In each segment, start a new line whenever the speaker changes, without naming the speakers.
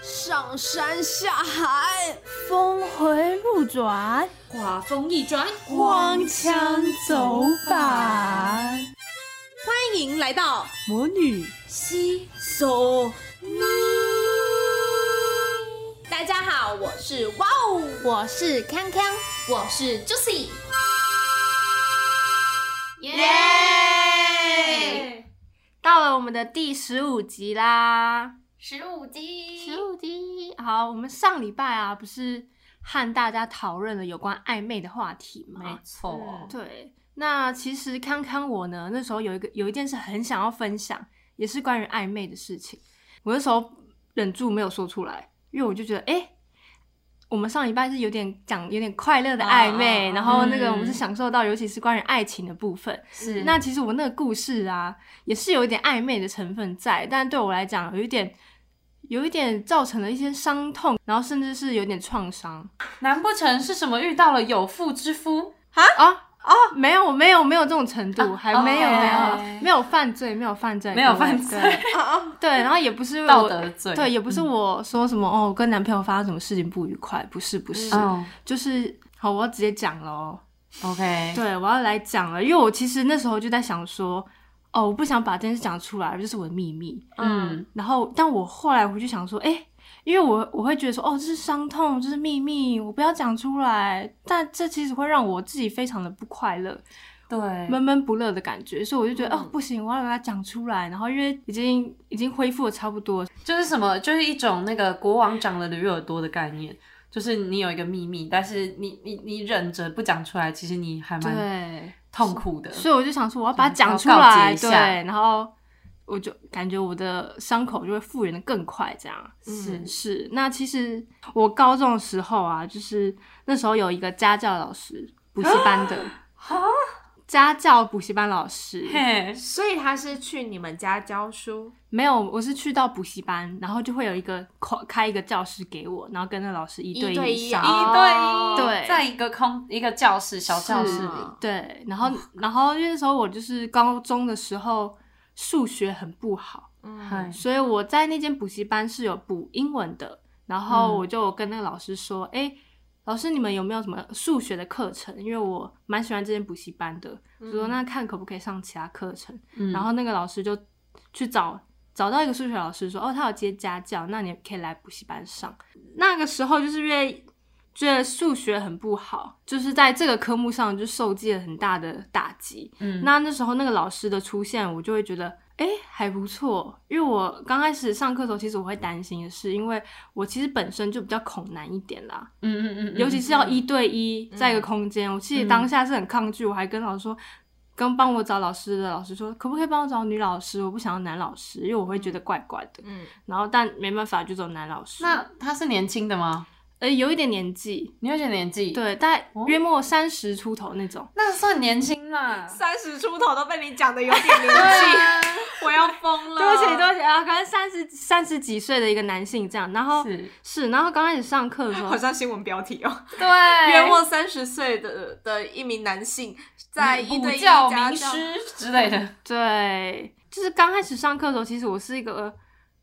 上山下海，
峰回路转，
画风一转，
光枪走板。
欢迎来到
魔女
西。
So Me。
大家好，我是哇哦，
我是康康，
我是 Juicy。耶、
到了我们的第十五集啦，
十五集，
十五集。好，我们上礼拜啊，不是和大家讨论了有关暧昧的话题
没
吗？
错。
嗯
哦对，那其实康康我呢，那时候有一个有一件事很想要分享，也是关于暧昧的事情。我那时候忍住没有说出来，因为我就觉得，哎、我们上礼拜是有点讲有点快乐的暧昧，
啊
然后那个
嗯
我们是享受到，尤其是关于爱情的部分。
是
那其实我那个故事啊，也是有一点暧昧的成分在，但对我来讲，有一点。有一点造成了一些伤痛，然后甚至是有点创伤
难不成是什么遇到了有妇之夫？
啊啊！没有，没有，没有这种程度，
啊
还没有，
OK
没有，没有犯罪，没有犯罪，
哦没有
各位
犯罪
对
啊，
对，然后也不是我
道德罪
对，也不是我说什么哦，我跟男朋友发生什么事情不愉快，不是，不是，
哦
就是好，我要直接讲了哦。
，OK，
对，我要来讲了，因为我其实那时候就在想说，哦，我不想把这件事讲出来，这是我的秘密。
嗯，
然后，但我后来回去想说，哎、因为我我会觉得说，哦，这是伤痛，这是秘密，我不要讲出来。但这其实会让我自己非常的不快乐，
对，
闷闷不乐的感觉，所以我就觉
嗯
得，哦，不行，我要把它讲出来。然后，因为已经已经恢复的差不多，
就是什么，就是一种那个国王长了驴耳朵的概念，就是你有一个秘密，但是你你你忍着不讲出来，其实你还蛮
对，
痛苦的。
所以我就想说，我要把它讲出
要告诫
来，
一下
对，然后我就感觉我的伤口就会复原的更快，这样。
是
是，那其实我高中的时候啊，就是那时候有一个家教老师，补习班的家教补习班老师，
嘿，
所以他是去你们家教书，
没有，我是去到补习班，然后就会有一个口开一个教室给我，然后跟那老师一对
一对一
上。
啊
一对一，
对
在一个空一个教室小教室里，
对，然后然后因为那时候我就是高中的时候数学很不好，
嗨
嗯，
所以我在那间补习班是有补英文的，然后
嗯
我就跟那个老师说：“哎、老师，你们有没有什么数学的课程？因为我蛮喜欢这间补习班的，就说
嗯
那看可不可以上其他课程。
嗯
然后那个老师就去找找到一个数学老师说：“哦，他有接家教，那你可以来补习班上。”那个时候就是因为觉得数学很不好，就是在这个科目上就受尽了很大的打击。
嗯
那那时候那个老师的出现，我就会觉得，哎、还不错。因为我刚开始上课的时候，其实我会担心的是，因为我其实本身就比较恐男一点啦，
嗯嗯嗯嗯，嗯
尤其是要一对一在一个空间，我其实当下是很抗拒，我还跟老师说。跟帮我找老师的老师说，可不可以帮我找女老师？我不想要男老师，因为我会觉得怪怪的。
嗯，
然后但没办法，就找男老师。
那他是年轻的吗？
呃有一点年纪，
你有点年纪，，
对，大概
哦
约莫三十出头那种。
那算年轻啦。
三十出头都被你讲的有点年
对
纪，
啊
我要疯了。
对不起，对不起啊，可能三十三十几岁的一个男性这样，然后
是，
是，然后刚开始上课 的时候
好，像新闻标题哦，
对，
约莫三十岁的的一名男性在一
嗯补
对一
教
家
名师之类的，
对，就是刚开始上课的时候，其实我是一个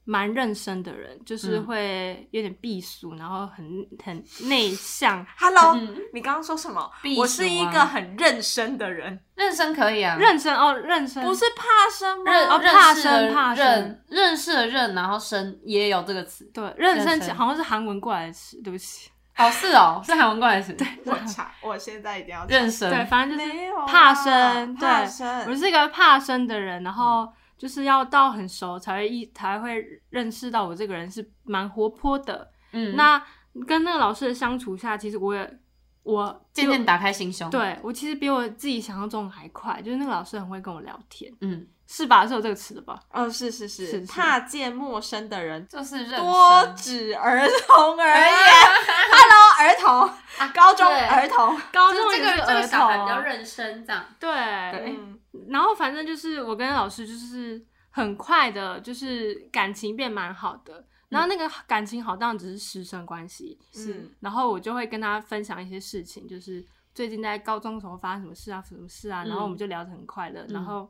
蛮认真的人，
嗯
就是会有点避俗，然后很很内向，
Hello，、
嗯
你刚刚说什么
避？暑啊
我是一个很认生的人，
认生可以啊，
认真哦，认真
不是怕生吗？
认
哦
认
怕
识
生
的
怕
认认识的认，然后生也有这个词，
对认
认
真
真
好像是韩文过来的词，对不起，
哦是哦，是韩文过来的词，对，
我查，我现在一定要查
认生，
对，反正就是
没有啊
怕生，对，
怕生
我是一个怕生的人，然后就是要到很熟才会一才会认识到我这个人是蛮活泼的。
嗯，
那跟那个老师的相处下，其实我也我
渐渐打开心胸，，
对我其实比我自己想象中的还快，就是那个老师很会跟我聊天，
嗯，
是吧？是有这个词的吧？
哦，是是
是
是，
是
踏见陌生的人，
就是
多
认生，啊
指儿童而
哎
言。Hello，儿童，高中
对
儿童，
高
就
中
这
也
个啊
是
这
儿
个小孩比较
童
认生这样，
对，
对
嗯
然后反正就是我跟老师就是很快的，就是感情变蛮好的。然后那个感情好，当然只是师生关系，
嗯
然后我就会跟他分享一些事情，就是最近在高中的时候发生什么事啊，什么事啊，
嗯
然后我们就聊得很快乐，
嗯
然后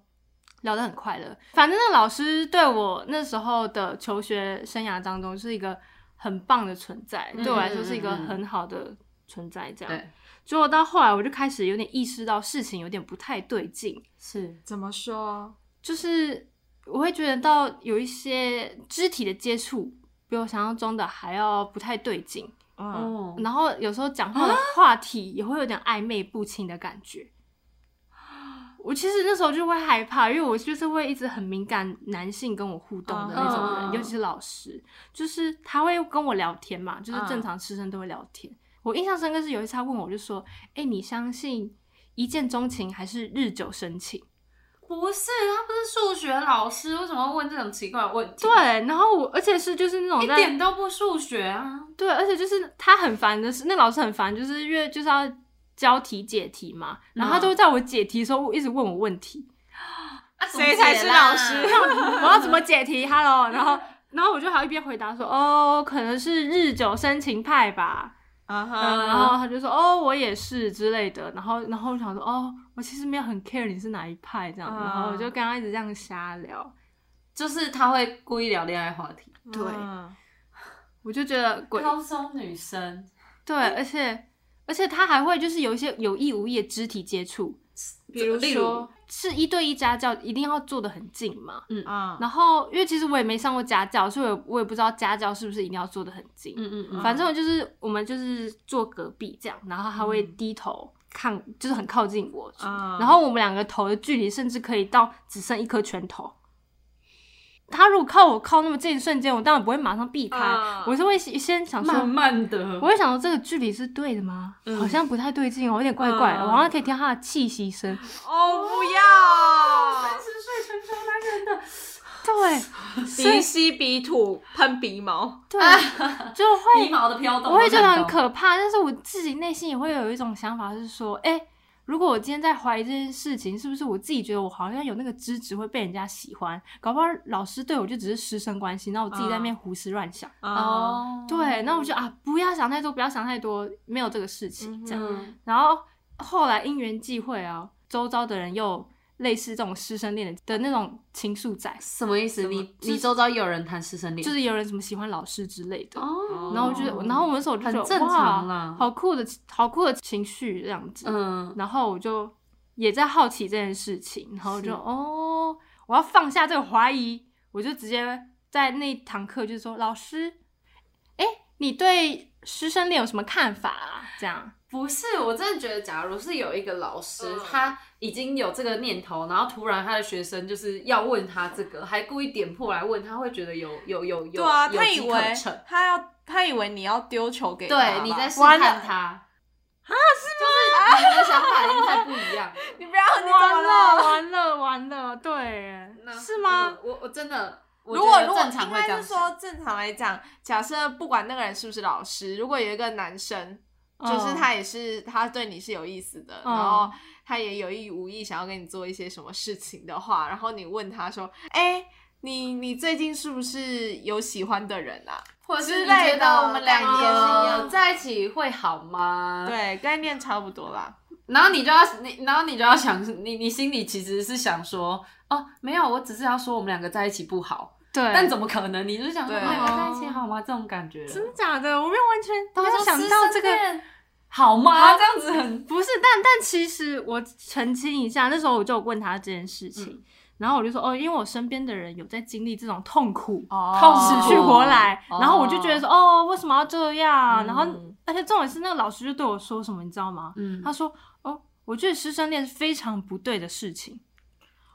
聊得很快乐。反正那老师对我那时候的求学生涯当中是一个很棒的存在，
嗯
对我来说是一个
嗯嗯嗯
很好的存在。这样，
对，
结果到后来我就开始有点意识到事情有点不太对劲，
是，
怎么说？
就是我会觉得到有一些肢体的接触比我想象中的还要不太对劲，
嗯，
哦，
然后有时候讲话的话题也会有点暧昧不清的感觉。我其实那时候就会害怕，因为我就是会一直很敏感男性跟我互动的那种人
嗯
尤其是老师，就是他会跟我聊天嘛，就是
嗯
正常师生都会聊天。我印象深刻是有一次他问我，就说：“哎、你相信一见钟情还是日久生情？”
不是，他不是数学老师，为什么会问这种奇怪的问题？
对，，然后我而且是就是那种
一
在
点都不数学啊。
对，而且就是他很烦的是，那老师很烦，就是因为就是要教题解题嘛，然后他就会在我解题的时候一直问我问题，
啊，
谁才是老师？
我要怎么解题？Hello，然后然后我就还要一边回答说，哦，可能是日久生情派吧，
啊
嗯，
哈，
然后他就说，哦，我也是之类的，然后然后我想说，哦，我其实没有很 care 你是哪一派这样，然后我就跟他一直这样瞎聊，
就是他会故意聊恋爱话题，
对
嗯
我就觉得鬼
高中女生
对，而且而且他还会就是有一些有意无意的肢体接触。
比如
例
说，
是一对一家教，一定要做的很近嘛。
嗯，
然后，因为其实我也没上过家教，所以我我也不知道家教是不是一定要做的很近。
嗯嗯嗯，
反正我就是我们就是坐隔壁这样，然后他
嗯
会低头看，就是很靠近我，
啊
嗯
然后我们两个头的距离甚至可以到只剩一颗拳头。他如果靠我靠那么近，瞬间我当然不会马上避开，
啊
嗯
我是会先先想说
慢慢的，
我会想说这个距离是对的吗？好像不太对劲哦，有点怪怪的。
嗯
我好像可以听到他的气 息声。
哦，不要，
十岁成熟男人的，
对，所以
鼻吸鼻吐喷鼻毛，
对，就
鼻
会
毛的飘动，
我会觉得很
看到。
可怕，但是我自己内心也会有一种想法是说，哎、如果我今天在怀疑这件事情，是不是我自己觉得我好像有那个资质会被人家喜欢？搞不好老师对我就只是师生关系，那我自己在那边胡思乱想。
哦，
哦，
对，那我就啊，不要想太多，不要想太多，没有这个事情这样。
嗯
然后后来因缘际会啊，周遭的人又类似这种师生恋的那种情愫在，
什么意思？
什么
你
就是
你周遭有人谈师生恋，
就是有人什么喜欢老师之类的。
哦，
然后我就，然后我那时候我就
很
觉得
正常
哇，
啦，
好酷的，好酷的情绪这样子。
嗯，
然后我就也在好奇这件事情，然后我就是哦，我要放下这个怀疑，我就直接在那一堂课就说老师，哎，你对师生恋有什么看法啊？这样，
不是，我真的觉得，假如是有一个老师，
嗯
他已经有这个念头，然后突然他的学生就是要问他这个，还故意点破来问，他会觉得有有有有
对啊，
有
他以
机可
为
乘
他要他以为你要丢球给他吧，
对你在试
完
探
了，
他啊？是吗？就是你的想法已经太不一样了。
你不要， 你怎么
完
了？
了完了完了，对，是吗？
嗯？我我真的，我
如果
觉得
如果
正常
应
会这
该
样
是
想，
说正常来讲，假设不管那个人是不是老师，如果有一个男生，就是
嗯
他也是他对你是有意思的，
嗯
然后他也有意无意想要跟你做一些什么事情的话，然后你问他说，哎、你你最近是不是有喜欢的人啊？
或者是
之
你
类
觉
的
得我们两
感觉是一
个
样
在一起会好吗？。
对，概念差不多啦。
然后你就要你，然后你就要想，你你心里其实是想说，哦，没有，我只是要说我们两个在一起不好，
对，
但怎么可能？你就想说
对
哦我们两个在一起好吗？这种感觉，
真的假的？我没有完全
大
没
家
有
说
想到这
师
个，
生恋好
啊
吗？这样子很
不是，但但其实我澄清一下，那时候我就有问他这件事情，
嗯
然后我就说哦，因为我身边的人有在经历这种痛苦。
哦
痛死去活来，
哦
然后我就觉得说，哦，为什么要这样？
嗯
然后，而且重点是那个老师就对我说什么，你知道吗？
嗯
他说，哦，我觉得师生恋是非常不对的事情。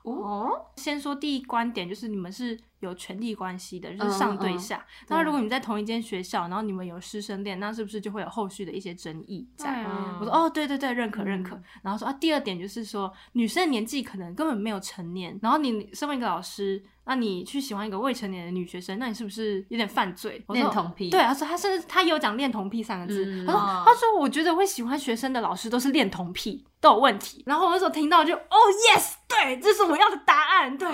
哦，
先说第一观点，就是你们是有权利关系的，就
嗯
是上
嗯
对
嗯
下。那、如果你们在同一间学校，然后你们有师生恋，那是不是就会有后续的一些争议在？
啊
我说哦，对对对，认可认可。
嗯
然后说啊，第二点就是说，女生的年纪可能根本没有成年，然后你身为一个老师，那你去喜欢一个未成年的女学生，那你是不是有点犯罪？我说
恋童癖
对，他说他甚至他有讲恋童癖三个字，
嗯
他说
哦
他说我觉得会喜欢学生的老师都是恋童癖，都有问题。然后我那时候听到就哦 yes，对，这是我要的答案，对。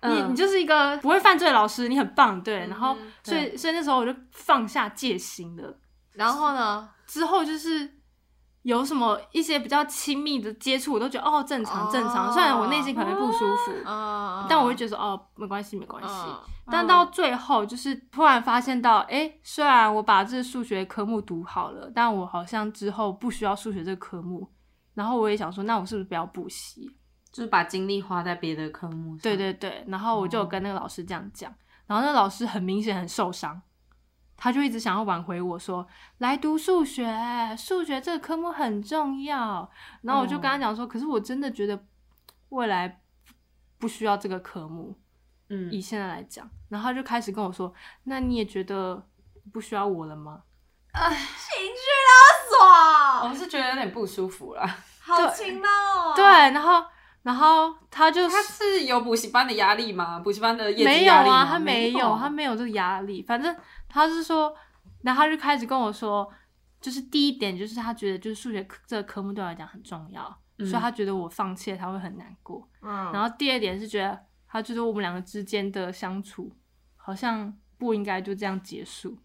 嗯，
你
嗯
你就是一个不会犯罪的老师，你很棒，对。然后
嗯，
所以所以那时候我就放下戒心了。
然后呢？
之后就是有什么一些比较亲密的接触，我都觉得哦正常正常，
哦
虽然我内心可能会不舒服，
嗯，
但我会觉得说哦没关系没关系。
嗯
但到最后，就是突然发现到，哎、虽然我把这数学科目读好了，但我好像之后不需要数学这个科目。然后我也想说，那我是不是不要补习？
就是把精力花在别的科目上。
对，对对。然后我就有跟那个老师这样讲，然后那个老师很明显很受伤，他就一直想要挽回我说，来读数学，数学这个科目很重要。然后我就跟他讲说，可是我真的觉得未来不需要这个科目。
嗯，
以现在来讲，然后他就开始跟我说：“那你也觉得不需要我了吗
爽，
我是觉得有点不舒服啦。
好勤劳哦。？”
对，，然后然后他就
他是有补习班的压力吗？补习班的业绩
没有
压力吗
啊，他没有，他
没
没有这个压力。反正他是说，然后他就开始跟我说，就是第一点就是他觉得就是数学科这个科目对我来讲很重要，
嗯
所以他觉得我放弃了他会很难过。
嗯，
然后第二点是觉得他觉得我们两个之间的相处好像不应该就这样结束。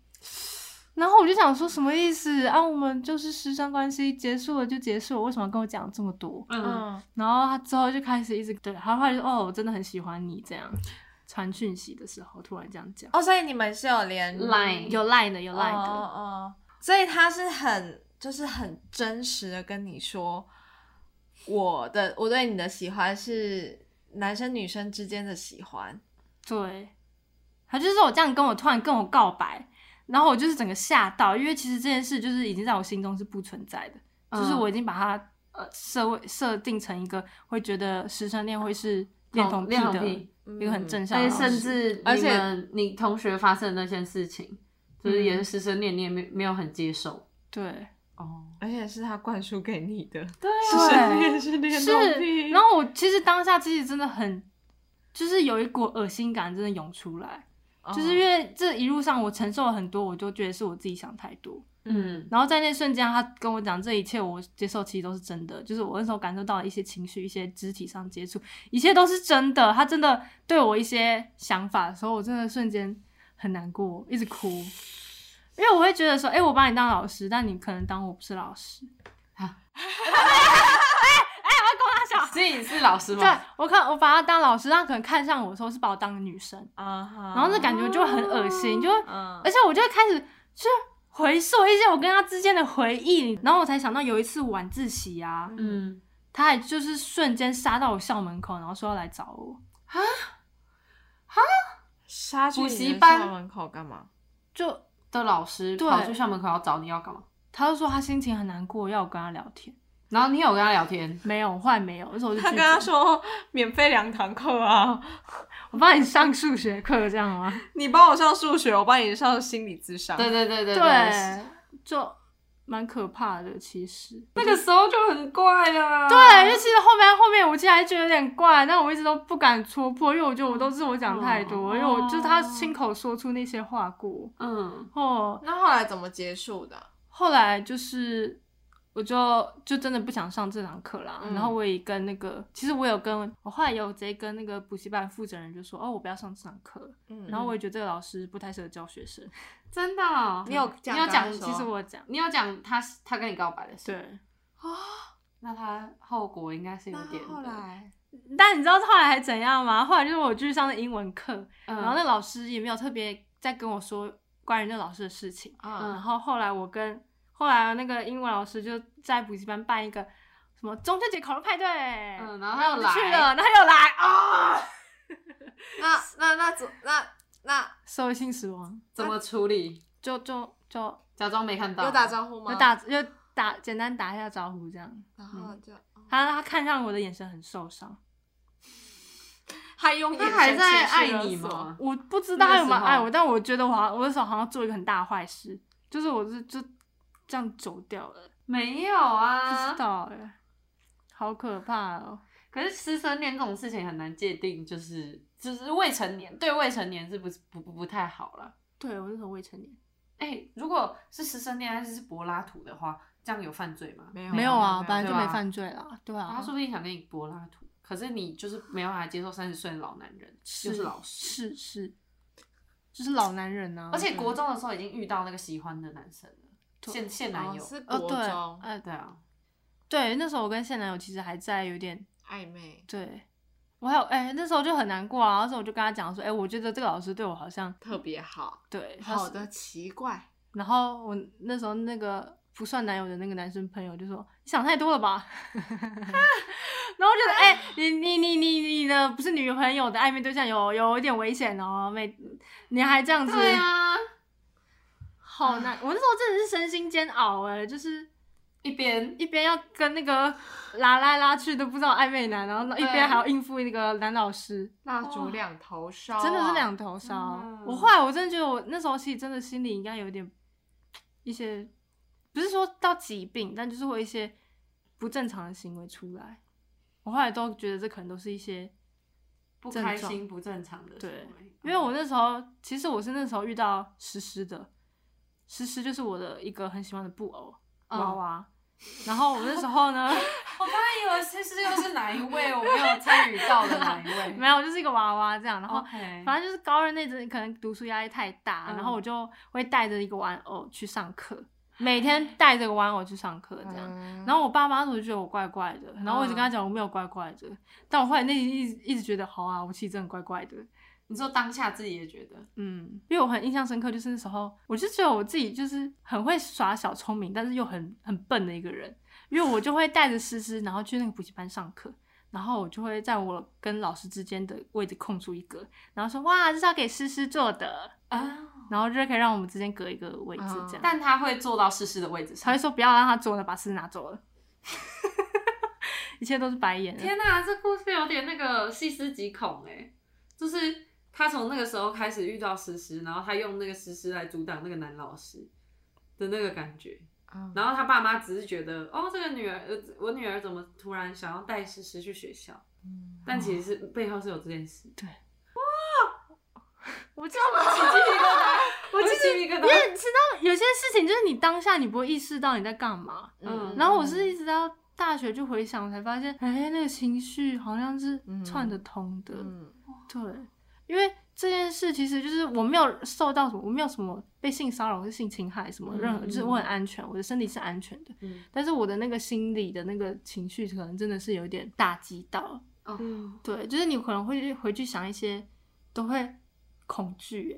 然后我就想说什么意思啊？我们就是师生关系结束了就结束了，为什么要跟我讲这么多？
有嗯，
嗯，
然后他之后就开始一直对，他后来就哦，我真的很喜欢你这样传讯息的时候突然这样讲，
哦，所以你们是有连
Line
有赖的有
有
赖的，
哦哦哦，所以他是很就是很真实的跟你说，我的我对你的喜欢是男生女生之间的喜欢，
对，他就是我这样跟我突然跟我告白，然后我就是整个吓到，因为其实这件事就是已经在我心中是不存在的，就是
嗯
我已经把它呃设为设定成一个会觉得师生恋会是恋童癖
恋童
的
癖
一个很
嗯
正向
而
的
且
方式，
哎甚至
而且
你们你同学发生的那件事情，就
嗯
是也是师生恋，你也没没有很接受
对
哦。
而且是他灌输给你的，
对
是
对
恋是恋童
是，
癖，
然后我其实当下自己真的很。就是有一股恶心感真的涌出来，
哦
就是因为这一路上我承受了很多，我就觉得是我自己想太多。
嗯，
然后在那瞬间，他跟我讲这一切，我接受其实都是真的，就是我那时候感受到一些情绪、一些肢体上接触，一切都是真的。他真的对我一些想法的时候，我真的瞬间很难过，一直哭，因为我会觉得说，哎、我把你当老师，但你可能当我不是老师。
啊
哎哎，我要跟我大小。
所以你是老师
对
吗？，
我看我把他当老师，他可能看上我的时候是把我当个女生，
啊哈，
然后那感觉就呃很恶心，就会
哦
嗯
而且我就会开始去回溯一些我跟他之间的回忆，然后我才想到有一次晚自习啊，
嗯，
他还就是瞬间杀到我校门口，然后说要来找我，
杀去
补
你
习
的
班
校门口干嘛？
就
的老师
对
跑去校门口要找你要干嘛？
他就说他心情很难过，要我跟他聊天。
然后你有跟他聊天？
没有，后来没有，那时候我就
他
拒
跟
绝
他，说免费两堂课啊，
我帮你上数学课这样吗？
你帮我上数学，我帮你上心理智商。
对对对对
对，就蛮可怕的，其实。
那个时候就很怪啊。
对，因为其实后面后面我其实还觉得有点怪，但我一直都不敢戳破，因为我觉得我都是我讲太多，
哦
因为我就是他亲口说出那些话过。
嗯，
哦，
那后来怎么结束的？
后来就是我就就真的不想上这堂课啦。
嗯
然后我也跟那个，其实我有跟我后来也有直接跟那个补习班负责人就说，哦，我不要上这堂课。
嗯
然后我也觉得这个老师不太适合教学生。
真的哦。
你有
你
讲
有
跟他
讲，
说
其实我讲，
你有讲他他跟你告白的事。
对，
那他后果应该是有
那
点的。
后来，
但你知道后来还怎样吗？后来就是我去上的英文课，
嗯，
然后那老师也没有特别在跟我说关于那老师的事情。
啊嗯
然后后来我跟后来那个英文老师就在补习班办一个什么中秋节烤肉派对，
嗯，然后他又
我
来
去了，然后又来啊，
那那那怎那那
社会性死亡，
怎么处理？
就就就
假装没看到。
有打招呼吗？
就，打就打简单打一下招呼这样。
然后就
他他看上我的眼神很受伤，
还用
他
眼
还
神
在
情绪
爱你
勒索？哦
吗？
我不知道他有没有
那个时候
爱我，但我觉得我好像我那时候好像做一个很大的坏事，就是我是就这样走掉了，
没有
不
啊
知。道哎、好可怕哦。
可是师生恋这种事情很难界定，就是就是未成年对未成年是不不不不太好了。
对我那时候未成年，
哎、如果是师生恋还是是柏拉图的话，这样有犯罪吗？
没有
没有啊，本来就
对吧
没犯罪啦，对啊。
他说不定想跟你柏拉图，可是你就是没办法接受三十岁的老男人，又是老师，
是是，就是老男人啊，
而且
对
国中的时候已经遇到那个喜欢的男生了，
对
现现男
哦
友，
是
哦
国
对，
中，
哎
对啊，
对，那时候我跟现男友其实还在有点
暧昧，
对。我还有哎、那时候就很难过啊。那时候我就跟他讲说，哎、我觉得这个老师对我好像
特别好，
对他
好
是
的奇怪，
然后我那时候那个不算男友的那个男生朋友就说：“你想太多了吧？” 然后我觉得，哎、你你你你你的不是女朋友的暧昧对象有有一点危险哦，妹，你还这样子，
对啊，
好难。我那时候真的是身心煎熬哎，就是
一边
一边要跟那个拉来拉去都不知道暧昧男，然后一边还要应付那个男老师，
蜡烛两头烧、啊
真的是，两头烧。
嗯
我后来我真的觉得，我那时候其实真的心里应该有一点一些，不是说到疾病，但就是会有一些不正常的行为出来。我后来都觉得这可能都是一些，
不开心、不正常的行
对
为，
因为我那时候其实我是那时候遇到诗诗的，诗诗就是我的一个很喜欢的布偶
嗯
娃娃。然后我那时候呢，
我刚才以为其实又是哪一位，我没有参与到的哪一位。
没有，就是一个娃娃这样。然后
OK，
反正就是高二那阵可能读书压力太大，
嗯
然后我就会带着一个玩偶去上课，每天带着个玩偶去上课这样。
嗯
然后我爸妈总是觉得我怪怪的，然后我一直跟
嗯
他讲我没有怪怪的，但我后来内心一直一直觉得好啊，我其实真的怪怪的。
你说当下自己也觉得，
嗯，因为我很印象深刻，就是那时候我就觉得我自己就是很会耍小聪明，但是又很很笨的一个人。因为我就会带着诗诗，然后去那个补习班上课，然后我就会在我跟老师之间的位置空出一格，然后说哇，这是要给诗诗做的，
啊，
然后就可以让我们之间隔一个位置
嗯
这样。
但他会坐到诗诗的位置
他
上
会。说不要让他做了，把诗诗拿走了， 一切都是白眼。
天哪、这故事有点那个细思极恐哎、就是他从那个时候开始遇到诗诗，然后他用那个诗诗来阻挡那个男老师的那个感觉。
嗯
然后他爸妈只是觉得，哦，这个女儿，呃，我女儿怎么突然想要带诗诗去学校？但其实
哦
是背后是有这件事。
我知道，
起鸡皮疙瘩，我
记得
起鸡皮疙
因
瘩。
为知道有些事情就是你当下你不会意识到你在干嘛，
嗯
然后我是一直到大学就回想才发现，哎，那个情绪好像是串得通的。
嗯
对，因为这件事其实就是我没有受到什么，我没有什么被性骚扰或是性侵害什么
嗯
任何，就是我很安全，我的身体是安全的。
嗯
但是我的那个心理的那个情绪可能真的是有点打击到。
哦
嗯，
对，就是你可能会回去想一些，都会恐惧。哎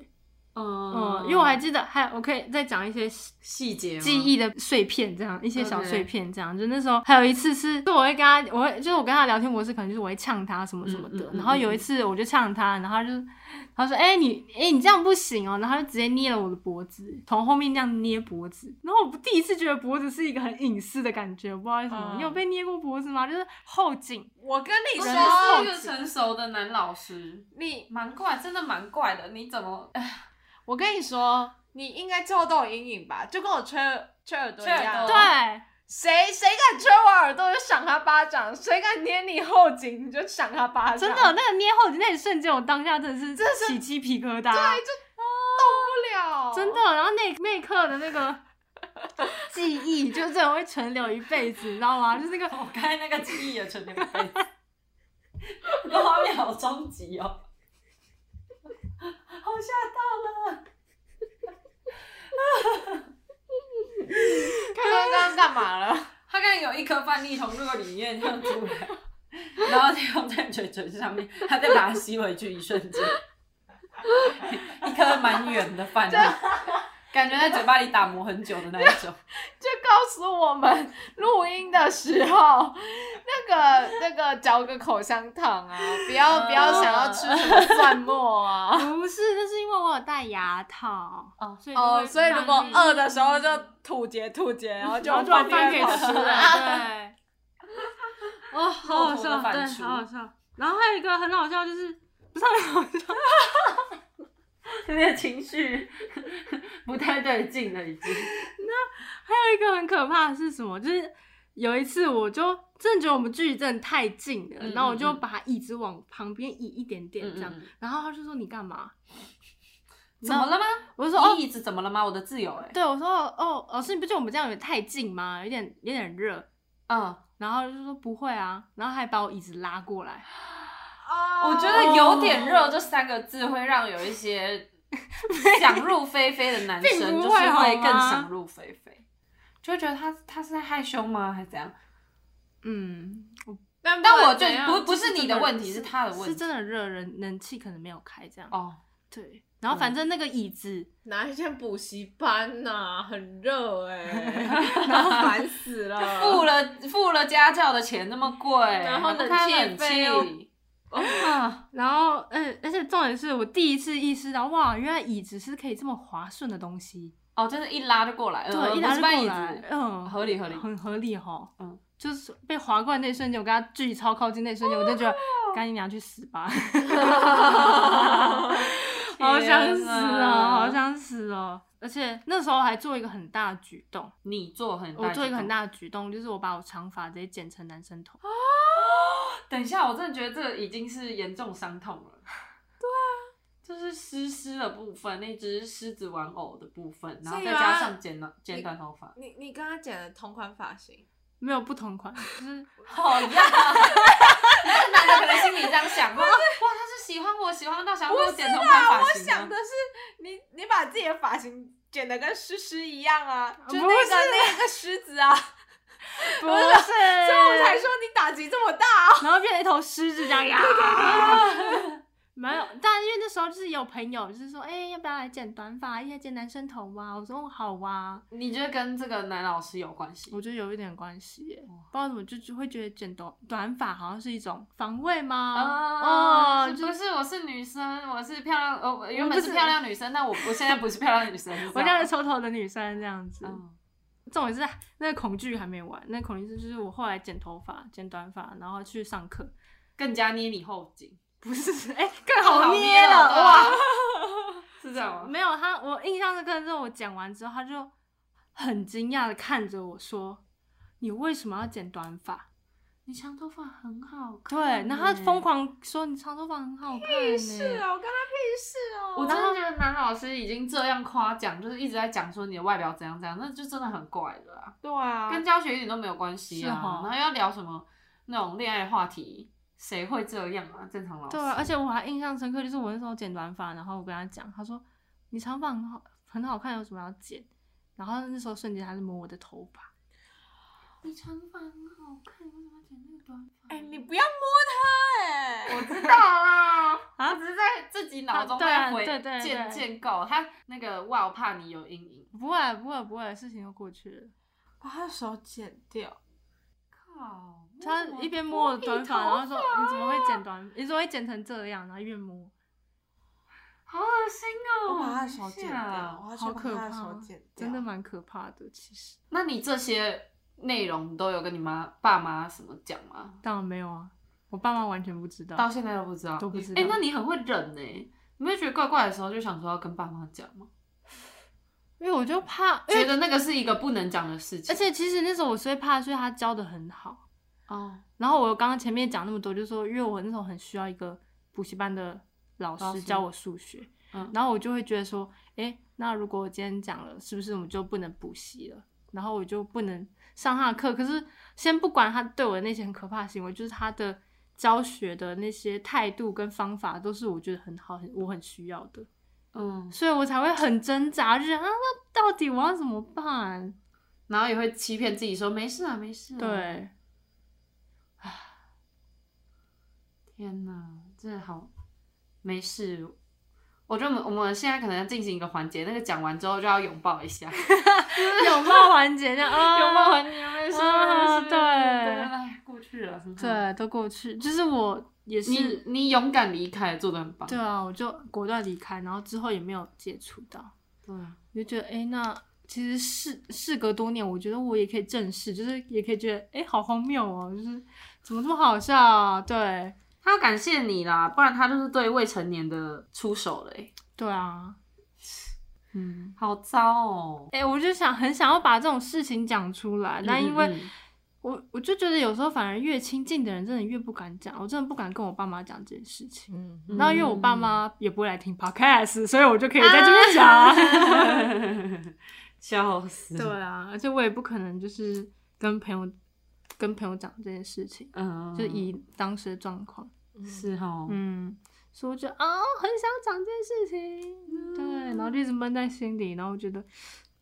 嗯，
嗯
因为我还记得，还我可以再讲一些
细节吗
记忆的碎片，这样一些小
OK
碎片，这样就那时候还有一次是，就我会跟他，我会就是我跟他聊天模式，可能就是我会呛他什么什么的。
嗯嗯嗯
然后有一次我就呛他，然后他就他说：“哎、你哎、你这样不行哦、然后他就直接捏了我的脖子，从后面这样捏脖子。然后我第一次觉得脖子是一个很隐私的感觉，我不知道为什么。
嗯
你有被捏过脖子吗？就是后颈，
我跟你
不是
说
是，一个成熟的男老师，
你
蛮怪，真的蛮怪的。你怎么
我跟你说，你应该之后都有阴影吧，就跟我吹吹耳朵一
吹耳
样。
朵
对，
谁谁敢吹我耳朵就赏他巴掌，谁敢捏你后颈你就赏他巴掌，
真的那个捏后颈那一瞬间，我当下真的是
真的是
起鸡皮疙瘩，
受不了，
真的。
哦
然后那那一刻的那 个记忆，就这种会存留一辈子，你知道吗？就是 那个
我刚才那个记忆也存留一辈子。你的画面好终极哦， 好吓到了。
看刚刚干嘛了？
他刚才有一颗饭粒从那个里面这样出来，然后掉在嘴唇上面，他再把它吸回去，一瞬间， 一颗蛮远的饭粒，感觉在嘴巴里打磨很久的那一种。
就告诉我们录音的时候，那个那个嚼个口香糖啊，不要不要想要吃什么蒜末啊。
不是，那是因为我有戴牙套
哦
所以
哦，所以如果饿
饿
的时候就吐结吐结，然后就
就要
把
装饭给吃 了，对。哦，好好
肉
笑，对，
头的反刍
好好笑。然后还有一个很好笑，就是不是很好笑，
有点情绪不太对劲了，已经。
还有一个很可怕的是什么？就是有一次我就真的觉得我们距离真的太近了，
嗯
然后我就
嗯嗯
把椅子往旁边移一点点这样，
嗯嗯
然后他就说你干嘛？
怎么了吗？
我就说哦
你椅子怎么了吗？我的自由哎、
对，我说哦，老师，你不觉得我们这样有点太近吗？有点有点热。
嗯，
然后就说不会啊，然后还把我椅子拉过来，
哦
我觉得有点热这三个字会让有一些想入非非的男生，
并不
就是
会好吗
会更想入非非，就会觉得他他是在害羞吗？还是怎样？
嗯，我
但
但
不然
我就
怎样
不不是
真
你的
的
问题，是他的问
是
题。
真的热，人冷气可能没有开这样。
哦，嗯
对，然后反正那个椅子，
哪一间补习班呐、很热哎、然后烦死了。
付了付了家教的钱那么贵，
嗯然后
还不
冷
开
气
冷
费哦又
气，
啊，然后嗯，而且重点是我第一次意识到，哇，原来椅子是可以这么滑顺的东西。
哦，真的，一拉就过来，呃
对，一拿就
不
是过
搬椅
来，
子，哦
嗯，
合理合理。
很合理哈。
嗯，
就是被划过来那一瞬间，我跟他距离超靠近那一瞬间，我就觉得赶紧娘去死吧，好想死哦，好想死哦！而且那时候还做一个很大的举动，
你做很大，
我做一个很。大的举动，就是我把我长发直接剪成男生头。
等一下，我真的觉得这已经是严重伤痛了。对啊，就是湿湿的部分，那只是狮子玩偶的部分，然后再加上剪短剪短头发，
你你跟他剪的同款发型，
没有不同款，就是
好 呀。那个男的可能心里这样想，哇，哇他是喜欢我，喜欢到想要给我剪头发
我
发型
想
啊
的。是你你把自己的发型剪的跟诗诗一样啊，就那
不
个
是
那个狮子 啊，所
不是，
以我才说你打击这么大、啊。
然后变成一头狮子这样呀。没有，但因为那时候就是有朋友就是说，哎、要不要来剪短发，要剪男生头啊？我说哦好啊，
你觉得跟这个男老师有关系？
我觉得有一点关系耶，
哇
不知道怎么就就会觉得剪短短发好像是一种防卫吗？
哦，
哦，
是
就
不是，我是女生，我是漂亮，哦，我原
我
本
不
是
是
漂亮女生，但我我现在不是漂亮女生，是这
我这
样
样丑丑的女生这样子。
嗯，
重点是那个恐惧还没完，那个恐惧是就是我后来剪头发、剪短发，然后去上课，
更加捏你后颈，
不是哎、更
更
好
好
捏了
了，
哇！
哇， 是这样吗？
没有他，我印象深刻是我剪完之后，他就很惊讶的看着我说：“你为什么要剪短发
你长头发很好？”看，欸
对，然后他疯。狂说：“你长头发很好看、欸。”
是啊，我跟他屁事哦、
我真的觉得男老师已经这样夸奖，就是一直在讲说你的外表怎样怎样，那就真的很怪了啊，
对啊，
跟教学一点都没有关系
是
啊
哦。
然后要聊什么那种恋爱话题，谁会这样啊？正常老师。
对啊，而且我还印象深刻，就是我那时候剪短发，然后我跟他讲，他说：“你长发很好，很好看，有什么要剪？”然后那时候瞬间他就摸我的头发，
你长发很好看，为什么要剪那个短发？
哎、你不要摸他哎、
我知道啦，
啊
我只是在自己脑中
啊对啊
在回
对对对
建建构他那个哇，我怕你有阴影。
不会，啊不会，不会，事情都过去了。
把他的手剪掉，
靠！
他
为什么
一边摸我的短发，
摸
然
你
后说：“你怎么会剪短？你怎么会剪成这样？”然后一边摸。
好恶心哦！
我把他的手剪
等一
掉，
下
我要
好
去把
可
他
怕
的手剪掉，
真的？蛮可怕的。其实
那你这些内容都有跟你妈爸妈什么讲吗？
当然没有啊，我爸妈完全不知道。
到现在都不知道，
嗯都不知道
哎、那你很会忍呢、你会觉得怪怪的时候，就想说要跟爸妈讲吗？
因为我就怕，因
觉
为
得那个是一个不能讲的事情。
而且其实那时候我是会怕，所以他教的很好。
哦，
然后我刚刚前面讲那么多，就是说因为我那时候很需要一个补习班的老
老
师
师
教我数学，
嗯
然后我就会觉得说，诶，那如果我今天讲了，是不是我们就不能补习了？然后我就不能上他的课。可是先不管他对我的那些很可怕的行为，就是他的教学的那些态度跟方法，都是我觉得很好，很我很需要的。
嗯，
所以我才会很挣扎，就是啊，那到底我要怎么办？
然后也会欺骗自己说没事啊，没事、啊。，
对，
天哪，这好没事。我觉得我们我们现在可能要进行一个环节，那个讲完之后就要拥抱一下，
拥抱环节这样 啊，
拥抱环节没事
啊
没事，
对
哎，过去了，很好，
对，都过去。就是我也
你
是，
你勇敢离开，做的很棒，
对啊，我就果断离开，然后之后也没有接触到，
对啊，
我就觉得哎、诶那其实事事隔多年，我觉得我也可以正视，就是也可以觉得哎、诶好荒谬哦，就是怎么这么好笑啊？对，
他要感谢你啦，不然他就是对未成年的出手了、欸，
对啊，嗯，
好糟哦、
哎、我就想很想要把这种事情讲出来，
嗯
但因为。我我就觉得有时候反而越亲近的人，真的越不敢讲。我真的不敢跟我爸妈讲这件事情。
嗯，
嗯
然后因为我爸妈也不会来听 podcast，所以我就可以在这边 讲。
笑死，
啊对啊，而且我也不可能就是跟朋友跟朋友讲这件事情，
嗯，
就以当时的状况，
是哦，
嗯，所以我就啊、很想讲这件事情，对，然后就一直闷在心里，然后我觉得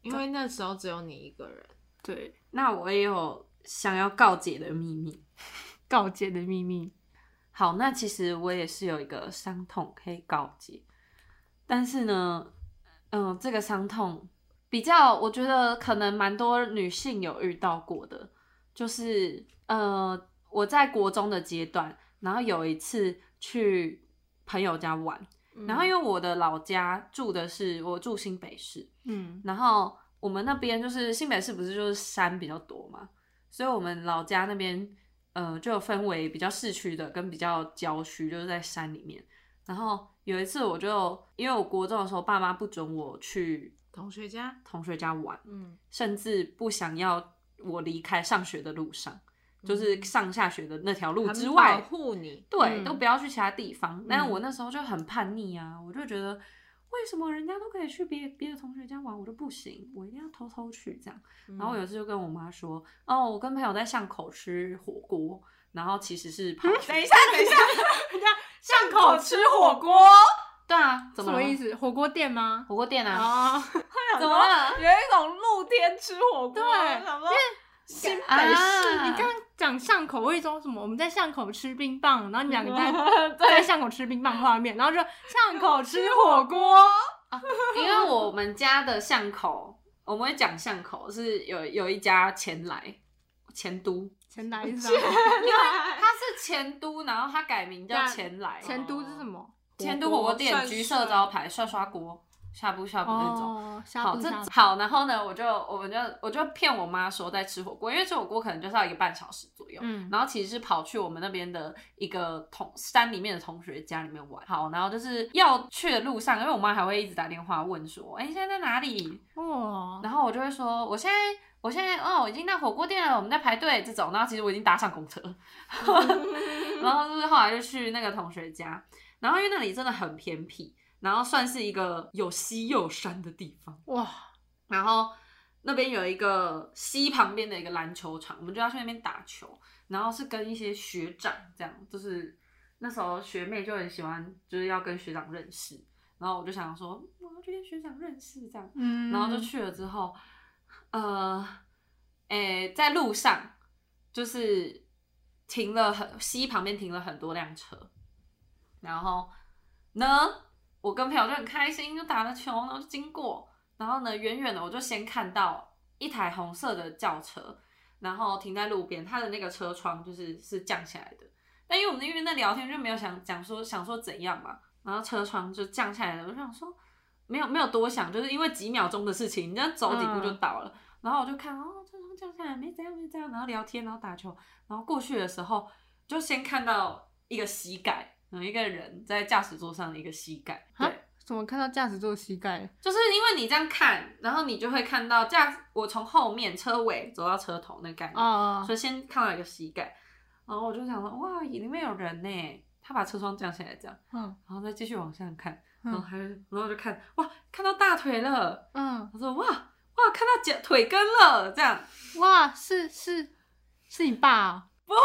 因为那时候只有你一个人，
对，
那我也有想要告解的秘密。
告诫的秘密。
好，那其实我也是有一个伤痛可以告诫，但是呢，嗯、这个伤痛比较，我觉得可能蛮多女性有遇到过的，就是呃，我在国中的阶段，然后有一次去朋友家玩，
嗯
然后因为我的老家住的是我住新北市，
嗯
然后我们那边就是新北市不是就是山比较多嘛，所以我们老家那边呃就有分为比较市区的跟比较郊区，就是在山里面。然后有一次我就因为我国中的时候，爸妈不准我去
同学家，
同学家玩，
嗯，
甚至不想要我离开上学的路上，就是上下学的那条路之外，
保护你，
对，
嗯
都不要去其他地方。但
嗯
是我那时候就很叛逆啊，我就觉得为什么人家都可以去别别的同学家玩，我都不行，我一定要偷偷去这样。
嗯
然后我有一次就跟我妈说，哦，我跟朋友在巷口吃火锅，然后其实是跑 去。
等一下，等一下，人家巷口吃火 锅，
对啊，怎
什
么
么
了
意？思？火锅店吗？
火锅店啊，
哦，
怎么了？
有一种露天吃火锅，
对
我想说 新北
啊
市，
你刚刚讲巷口，我一种什么？我们在巷口吃冰棒，然后你两个在在
对，
巷口吃冰棒画面，然后就 巷口吃火锅，
因为我们家的巷口，我们会讲巷口是有有一家前来前都，
前来是啥？
它是前都，然后它改名叫
那
前来，
前都是什么？
前都火锅店
涮
橘色哦招牌涮刷锅，下不下不那种。
哦，下
好，
部
这
下部
好，然后呢，我就我们就我就骗我妈说在吃火锅，因为吃火锅可能就是要一个半小时左右。
嗯，
然后其实是跑去我们那边的一个同山里面的同学家里面玩。好，然后就是要去的路上，因为我妈还会一直打电话问说：“哎，你现在在哪里？”
哇，
然后我就会说：“我现在，我现在哦，我已经到火锅店了，我们在排队。”这种，然后其实我已经搭上公车，然后就是后来就去那个同学家，然后因为那里真的很偏僻，然后算是一个有溪又有山的地方。
哇，
然后那边有一个溪旁边的一个篮球场，我们就要去那边打球。然后是跟一些学长这样，就是那时候学妹就很喜欢，就是要跟学长认识。然后我就想说，嗯我要去跟学长认识这样。
嗯，
然后就去了之后，呃，诶、在路上就是停了很溪旁边停了很多辆车，然后呢，我跟朋友就很开心，就打了球，然后就经过，然后呢，远远的我就先看到一台红色的轿车，然后停在路边，它的那个车窗就是是降下来的，但因为我们因为那聊天就没有想讲说想说怎样嘛，然后车窗就降下来了，我就想说没有没有多想，就是因为几秒钟的事情，你这样走几步就倒了。然后我就看哦，车窗降下来没怎样没怎样，然后聊天，然后打球，然后过去的时候就先看到一个膝盖，有一个人在驾驶座上的一个膝盖，
啊
对。
怎么看到驾驶座的膝盖？
就是因为你这样看，然后你就会看到驾，我从后面车尾走到车头那个概念，
啊
所，以先看到一个膝盖，然后我就想说，哇，里面有人呢，他把车窗降下来，这样，
嗯
然后再继续往下看，然后
嗯
还，然后就看，哇，看到大腿了，
嗯，
他说，哇哇，看到脚腿根了，这样，
哇，是是是你爸哦，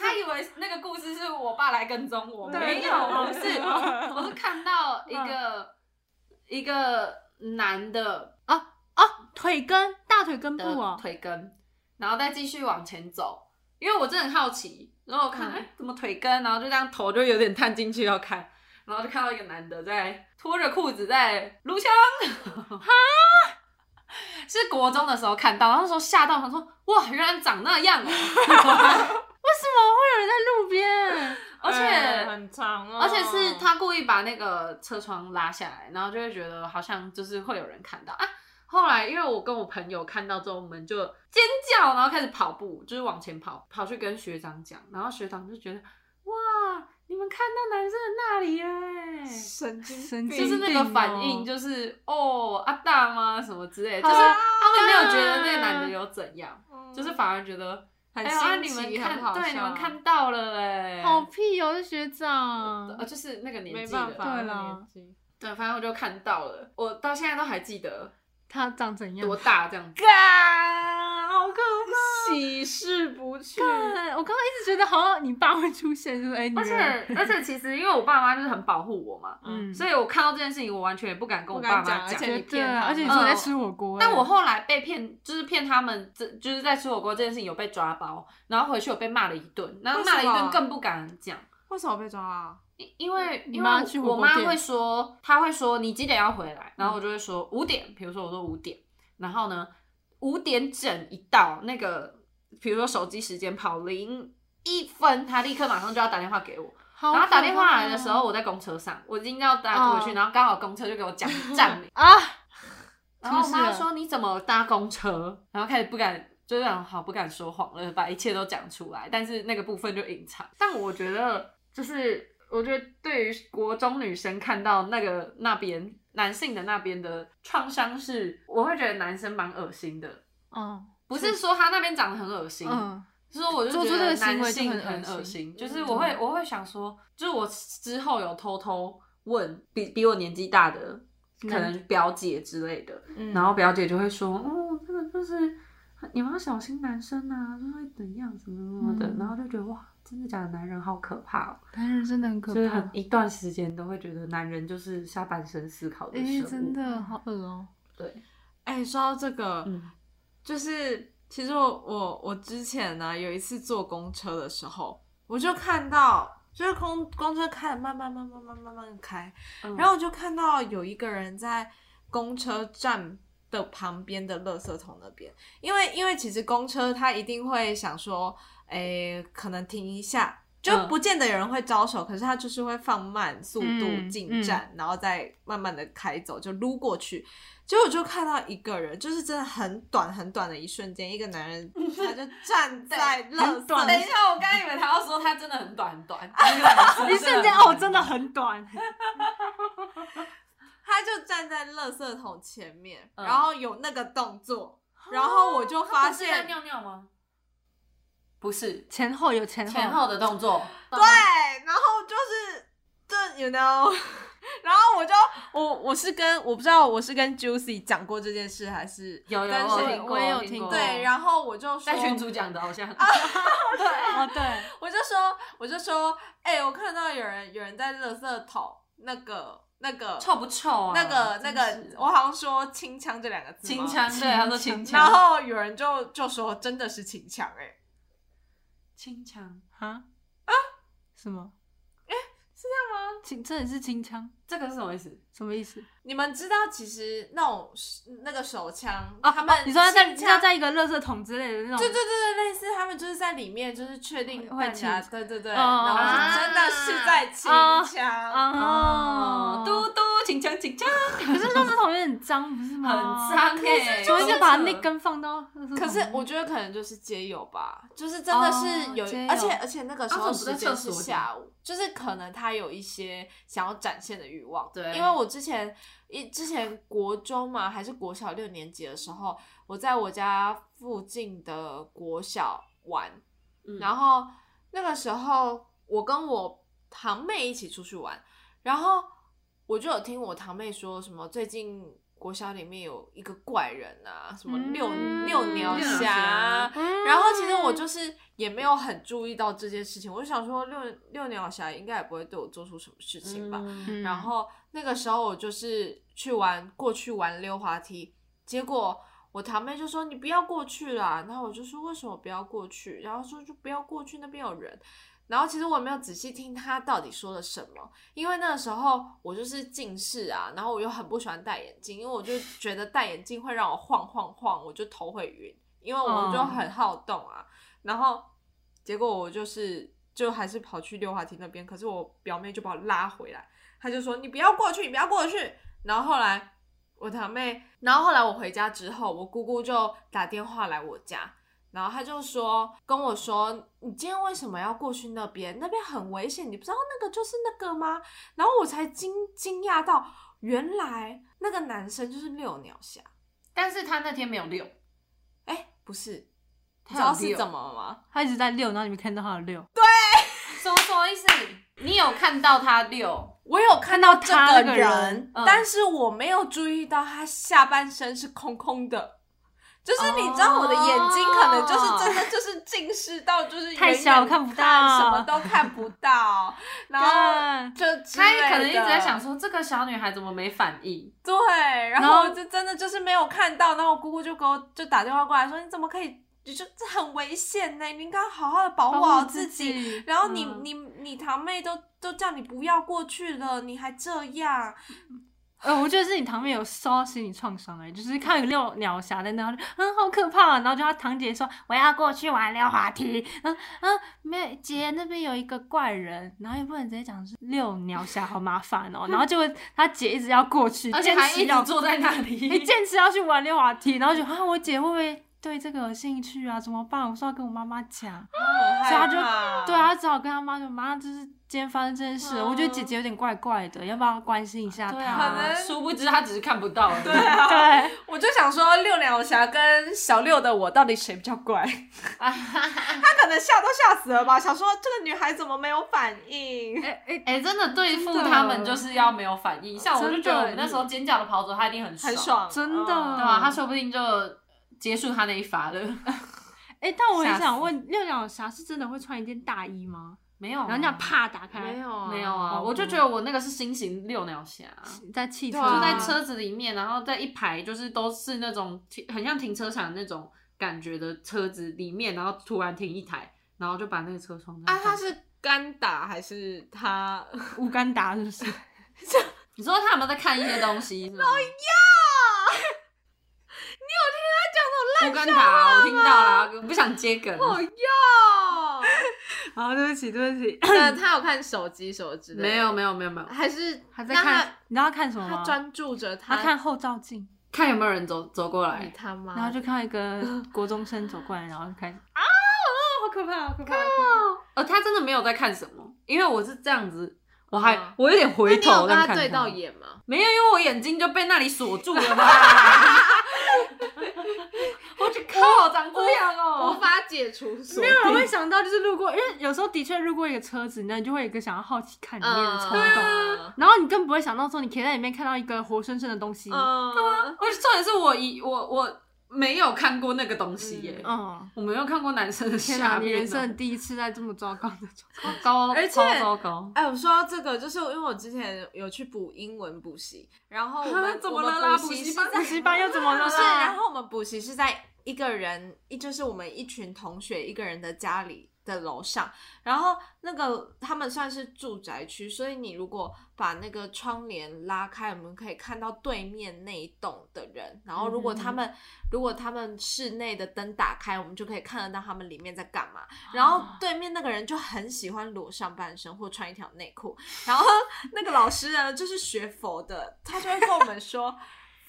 他以为那个故事是我爸来跟踪我，
对
没有，我不是， 我是看到一个一个男的
哦，腿根，大腿根部
的
哦，
腿根，然后再继续往前走，因为我真的很好奇，然后我看
嗯
哎、怎么腿根，然后就这样头就有点探进去要看，然后就看到一个男的在脱着裤子在撸枪， 是国中的时候看到，然后那时候吓到，想说哇，原来长那样 哦，哦
为什么会有人在路 边？
而且。
嗯
哎很长哦，
而且是他故意把那个车窗拉下来，然后就会觉得好像就是会有人看到啊。后来因为我跟我朋友看到之后，我们就尖叫，然后开始跑步，就是往前跑，跑去跟学长讲，然后学长就觉得哇，你们看到男生的那里了欸。
神经
神
病
经
就是那个反
病
应，就是哦阿大吗 什么之类的，
好
就是他们没有觉得那
大
个男的有怎样，
嗯
就是反而觉得
很
哎呀
新
哎你
奇，
们
很好
看对你们
笑
看到了哎，
好屁哦，这学长
呃，就是那个年
没
纪的
办法，
对
那
啦
年纪
对，反正我就看到了，我到现在都还记得
他长怎样
多？大这样子？
干，好可
喜事不去
干我刚刚一直觉得好像你爸会出现，就是哎，女
而且
儿
而且，其实因为我爸妈就是很保护我嘛，
嗯，
所以我看到这件事情，我完全也不敢跟我
不敢
爸妈
讲而
讲
且。
绝
你
对
骗
啊，
他
而且你
们
说你在
嗯
吃火锅，
但我
哎
后来被骗，就是骗他们，这就是在吃火锅这件事情有被抓包，然后回去有被骂了一顿，然后骂了一
为什么
顿更不敢讲，
为什么被抓啊？
因因为
嗯你
因为
妈去火
我
锅
妈
店
会说，她会说你几点要回来，然后我就会说五点，比如说我说五点，然后呢五点整一到那个，比如说手机时间跑零一分，她立刻马上就要打电话给我，
好
然后打
可
电话来
怕
的时
哦
候，我在公车上，我已经要搭回去，
哦
然后刚好公车就给我 讲站名，
啊，
然后我
出事
妈
了
说你怎么搭公车？然后开始不敢，就是很好不敢说谎了，把一切都讲出来，但是那个部分就隐藏。但我觉得，就是我觉得对于国中女生看到那个那边男性的那边的创伤是，我会觉得男生蛮恶心的，
嗯
不是说他那边长得很恶心，
嗯，
所以我就
做
觉
出这
得
个行
男
为就
性
很
很
恶
恶
心
心，就是我会
嗯
我会想说，就是我之后有偷偷问比比我年纪大的，可能表姐之类的，
嗯
然后表姐就会说，哦，这个就是你们要小心男生啊，就会怎样怎么怎么的，
嗯
然后就觉得哇，真的假的，男人好可怕哦，
男人真的很可
就是很
怕，哎
一段时间都会觉得男人就是下半身思考的
哎
生，物，
真的好恶哦，
对，
哎、说到这个，
嗯
就是其实我我我之前呢有一次坐公车的时候，我就看到。就是公公车开得慢慢慢慢慢慢慢慢开，
嗯
然后我就看到有一个人在公车站的旁边的垃圾桶那边，因为因为其实公车它一定会想说，诶，可能停一下，就
嗯
不见得有人会招手，可是他就是会放慢速度
嗯
进站，然后再慢慢的开走，就撸过去。结果我就看到一个人，就是真的很短很短的一瞬间，一个男人他就站在垃圾
短
等一
桶，
下，我刚以为他要说他真的很短很 短，那个
一
男生
瞬间
很
哦，真的很短，
他就站在垃圾桶前面，
嗯
然后有那个动作，然后我就发
他不是在
现，
尿尿吗？不是，
前后有前后，
前后的动作。对
对，然后就是这 you know，然 后我就 我我是跟我不知道我是跟 Juicy 讲过这件事还是哦
有有
但
我
是
有听过，
我也有
有
听
过。
过
对，然后我就说
在，群主讲的，好像。
哦对，
我就说我就说，哎、我看到有人有人在垃圾桶那个那个
臭不臭啊？
那个那
真
个
是，
我好像说清腔这两个字吗
清，腔，对，他说清
然
腔，
后有人就就说真的是清腔、哎，
清腔，
啊 啊什么？哎，是这样吗？清这也是清腔，
这个是什么意思？
什么意思？
你们知道其实那种那个手枪
啊
他们
你说要在
清
要
腔
在一个垃圾桶之类的那种，
对对对对，类似他们就是在里面，就是确定
会
大家
清
对对对，
哦
然后是真的是在清
啊
腔，
哦，
嘟嘟，清腔清腔，
可是垃圾桶有点脏，欸不是
很
吗？
脏哎。
所以就把那
个
根放到垃圾桶。
可是我觉得可能就是街友吧，就是真的是
哦
有
街，友
而且而且那个时候
啊怎么不在
时间
厕
是
所里
下午，就是可能他有一些想要展现的欲望。
对
因为我之前一之前国中嘛，还是国小六年级的时候，我在我家附近的国小玩，
嗯
然后那个时候我跟我堂妹一起出去玩，然后我就有听我堂妹说什么最近国小里面有一个怪人啊，什么六、
嗯
六鸟
六鸟
侠
侠
啊。
嗯，
然后其实我就是也没有很注意到这件事情，我就想说六六鸟侠应该也不会对我做出什么事情吧。
嗯
嗯，
然后那个时候我就是去玩，过去玩溜滑梯，结果我堂妹就说你不要过去啦，然后我就说为什么不要过去，然后说就不要过去，那边有人。然后其实我也没有仔细听她到底说了什么，因为那个时候我就是近视啊，然后我又很不喜欢戴眼镜，因为我就觉得戴眼镜会让我晃晃晃，我就头会晕，因为我就
嗯
很好动啊。然后结果我就是就还是跑去溜滑梯那边，可是我表妹就把我拉回来，她就说你不要过去，你不要过去。然后后来我堂妹，然后后来我回家之后，我姑姑就打电话来我家，然后她就说跟我说你今天为什么要过去那边？那边很危险，你不知道那个就是那个吗？然后我才惊惊讶到，原来那个男生就是六鸟侠，
但是他那天没有溜，
哎，不是。你
他
知道
有
是
溜
怎么了吗？
他一直在溜，然后你们看到他有溜，
什么什么意思？你有看到他溜，
我有看到这
看到他那
个
个
人，
人嗯
但是我没有注意到他下半身是空空的。就是你知道我的眼睛可能就是真的就是近视到就是
太
远远
小看不到
什么都看不到，然后
干
就之
他
类
也可能一直在想
的
说，这个小女孩怎么没反应？
对，然
然后
后就真的就是没有看到，然后我姑姑就给我就打电话过来说你怎么可以，你就这很危险呢，你应该好好的保
保
护好
护自
己，
己，
然后你、
嗯
你你堂妹都都叫你不要过去了，你还这样，
呃，我觉得是你堂妹有受到心理创伤哎，就是看有六鸟侠在那，然后就嗯好可怕、啊，然后就她堂姐说我要过去玩溜滑梯，嗯嗯，妹姐那边有一个怪人，然后也不能直接讲是六鸟侠，好麻烦哦，然后就她姐一直要过去，
而且
坚
还
持
一
要
直坐在那
你
里。
坚持要去玩溜滑梯，然后就啊，我姐会不会对这个有兴趣啊？怎么办？我说要跟我妈妈讲。
所
所以她就对啊，她嗯只好跟她妈说，妈，就是今天发生这件事了，我觉得姐姐有点怪怪的，要不要关心一下她？
对
可能
啊，殊不知他只是看不到而已。对
对，
我就想说六两侠跟小六的我到底谁比较怪？他可能吓都吓死了吧，想说这个女孩怎么没有反应？
哎哎，
哎、真的对付
真的
他们就是要没有反应，像我就
真的
觉得我们那时候尖叫的跑走，他一定很
很爽，
真的
嗯
对啊吧、他说不定就结束他那一发了。
哎，但我也
吓死
想问，六角侠是真的会穿一件大衣吗？
没有啊，
然后那样啪打开，
没有啊
没有啊，
哦
我就觉得我那个是新型六鸟侠，
在汽车
对啊
就在
上，
车子里面，然后在一排就是都是那种停很像停车场那种感觉的车子里面，然后突然停一台，然后就把那个车窗这样
啊，他
关
是干打还是他？
乌干达是不 是？
你说他有没有在看一些东 西是吗？我跟打，我听到了，我不想接梗。
我要，
好，哦对不起，对不起，
那他有看手机什么之类的？
没有，没有没有没有，
还是
他在
让
看，你知道他看什
他
么
他
吗？
专注着
他看后照镜，
看有没有人走走过
你
来，
他妈的，
然后就看到一 个国中生走过来，然后就开始啊，好可怕，好可 怕！
呃，他真的没有在看什么，因为我是这样子，我还、
嗯
我有点
那你
回
有
头
跟
在
他
看
对到
他，
眼吗？
没有，因为我眼睛就被那里锁住了 嘛。我去靠，长这样
无
哦、
法解除锁
没有人会想到，就是路过，因为有时候的确路过一个车子，那你就会有一个想要好奇
嗯
看里面的冲
对
动，
啊，
然后你更不会想到说你可以在里面看到一个活生生的东西，
嗯，
我重点是我一我我没有看过那个东西耶、哦
嗯。
我没有看过男生的
天
下
哪，你
面
人
哦、
生第一次在这么糟糕的状态。
高，
而且
超糟糕。
哎，我说到这个，就是因为我之前有去补英文补习，然后我
啊
们
怎么
我们
了啦
补习
补习
是
班
在
补习班又怎么
不
了啦？
是，然后我们补习是在一个人，一就是我们一群同学一个人的家里的楼上，然后那个他们算是住宅区，所以你如果把那个窗帘拉开，我们可以看到对面那一栋的人。然后如
嗯
果他们、如果他们室内的灯打开，我们就可以看得到他们里面在干嘛。然后对
啊
面那个人就很喜欢裸上半身或穿一条内裤，然后那个老师呢就是学佛的，他就会跟我们说。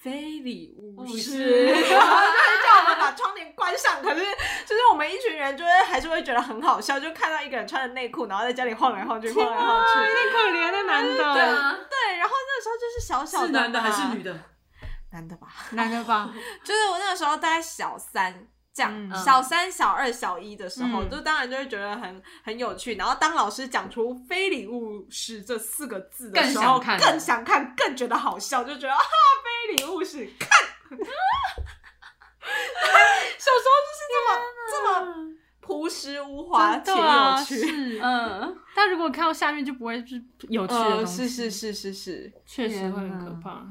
非礼勿
勿
视，
视
然后就会叫我们把窗帘关上。可是，就是我们一群人，就是还是会觉得很好笑，就看到一个人穿着内裤，然后在家里晃来晃去，晃来晃去。
太可怜了，男的，
对啊，
对，然后那时候就是小小的，
是男的还是女？的？
男的吧，
男的吧？
就是我那个时候大概小三。这样、
嗯
小三、小二、小一的时候，
嗯
就当然就会觉得很很有趣。然后当老师讲出“非礼勿视”这四个字的
更
时
想
候，
看
更想看，更觉得好笑，就觉得啊，非礼勿视，看。 小时候就是这么这么朴实无华且
真的啊，
有趣。
是。
嗯，
但如果看到下面就不会哦是有趣的
呃
东
是
西，
是是是是，
确实会
天
很
哪
可怕。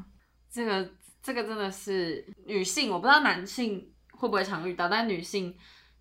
这个这个真的是女性，我不知道男性会不会常遇到，但女性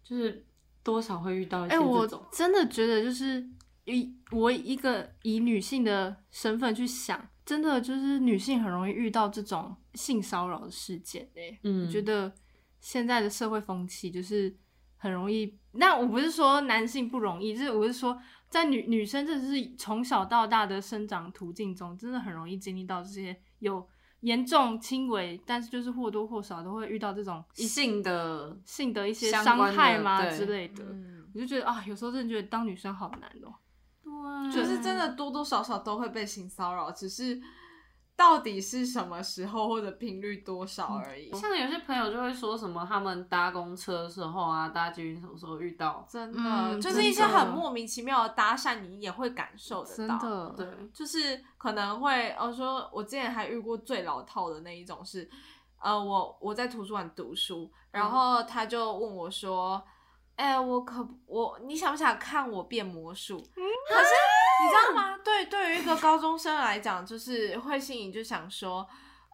就是多少会遇到一些
哎、我
这种。
真的觉得就是以我一个以女性的身份去想，真的就是女性很容易遇到这种性骚扰的事件哎、
嗯
我觉得现在的社会风气就是很容易。那我不是说男性不容易，就是我是说，在女女生真的是从小到大的生长途径中，真的很容易经历到这些有严重、轻微，但是就是或多或少都会遇到这种一性
性的，
性的一些
相
伤
关的
害嘛
对
之类的。
嗯，
我就觉得啊，有时候真的觉得当女生好难哦、
就是真的多多少少都会被性骚扰，只是到底是什么时候或者频率多
嗯
少而已。
像有些朋友就会说什么，他们搭公车的时候啊，搭捷运什么时候遇到？
真的，
嗯
就是一些
真的
很莫名其妙的搭讪，你也会感受得
真
到。
的，
对，
就是可能会，我、说我之前还遇过最老套的那一种是，呃，我我在图书馆读书，
嗯
然后他就问我说，哎、我可不我你想不想看我变魔术？可是
嗯
你知道吗？对，对于一个高中生来讲，就是会心里就想说。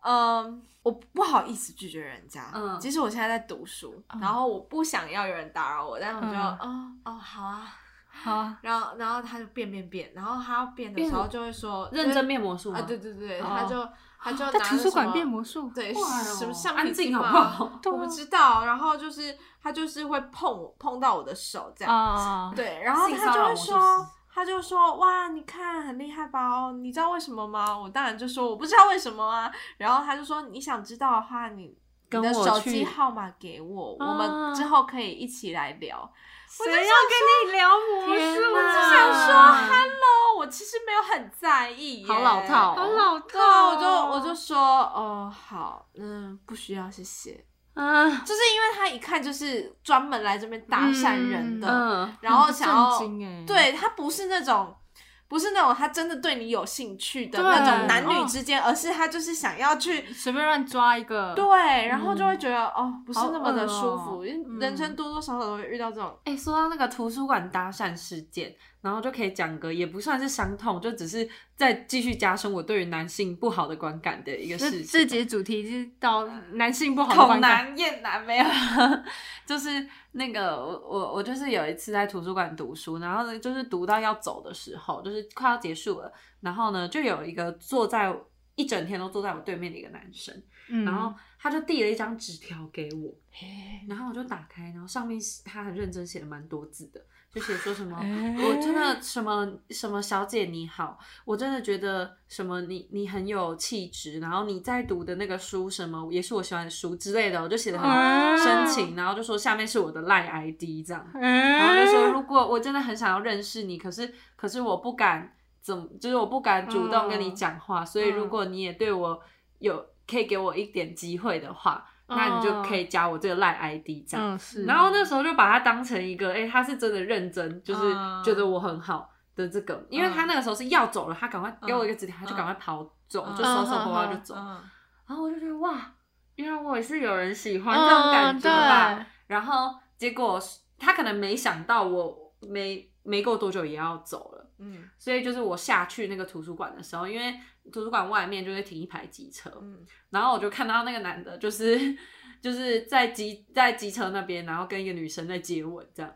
嗯，我不好意思拒绝人家。
嗯
即使我现在在读书，
嗯
然后我不想要有人打扰我，但我就，
嗯
嗯，哦，好啊，
好啊，
然后然后他就变变变，然后他要变的
变
时候就会说
认真变魔术吗
啊，对对对，
哦啊
他就他就
在
拿
图
着
书
什
馆
么
变魔术，
对
哇
什么
哦
橡皮
安
筋
静好
嘛
不？好？
对
我不
啊
知道，然后就是他就是会碰我碰到我的手这样，
啊，
对，然后
性
他
骚
就
扰
会
我是
说
不是。
他就说哇，你看很厉害吧？哦，你知道为什么吗？我当然就说我不知道为什么啊。然后他就说你想知道的话，你
跟
你的
我
手
去
机号码给我，我
啊
们之后可以一起来聊。
谁要跟你聊魔
天
术？
哪
我就
啊
想说 hello，我其实没有很在意耶，
好老套
好老
对啊，我就
套
我就说哦好，嗯，不需要，谢谢。
啊，
就是因为他一看就是专门来这边搭讪人的，
嗯，
然后
很不
想要
正经欸
对他不是那种。不是那种他真的对你有兴趣的
对
那种男女
哦
之间，而是他就是想要去
嗯
随便乱抓一个，
对，然后就会觉得、哦，不是那么的舒
好
服，
恶哦
因
嗯
为人生多多少少都会遇到这种。
哎、说到那个图书馆搭讪事件，然后就可以讲个也不算是伤痛，就只是再继续加深我对于男性不好的观感的一个
这
事情。
这节主题就是到男性 不好的
恐
观感，
男厌男没有， 就是那个我我我就是有一次在图书馆读书，然后呢就是读到要走的时候，就是快要结束了，然后呢就有一个坐在一整天都坐在我对面的一个男生，
嗯
然后他就递了一张纸条给我，
哎
然后我就打开，然后上面是他很认真写了蛮多字的，就写说什么。我
我
真的什么什么小姐你好，我真的觉得什么你你很有气质，然后你在读的那个书什么也是我喜欢的书之类的，我就写的
啊
很深情，然后就说下面是我的赖 ID 这样，
哎
然后就说如果我真的很想要认识你，可是可是我不敢怎么，就是我不敢主动跟你讲话，所以如果你也对我有可以给我一点机会的话，那你就可以加我这个赖 ID 这样。
嗯是，
然后那时候就把他当成一个，哎、他是真的认真，就是
嗯
觉得我很好的这个，因为他那个时候是要走了，他赶快给我一个纸条，他就赶快跑走，
嗯
就收拾包包就走。然后我就觉得哇，原来我也是有人喜欢
嗯
这种感觉吧。
嗯
然后结果他可能没想到我没没过多久也要走了。
嗯
所以就是我下去那个图书馆的时候，因为图书馆外面就会停一排机车，
嗯，
然后我就看到那个男的，就是 就是在机在机车那边，然后跟一个女生在接吻，这样。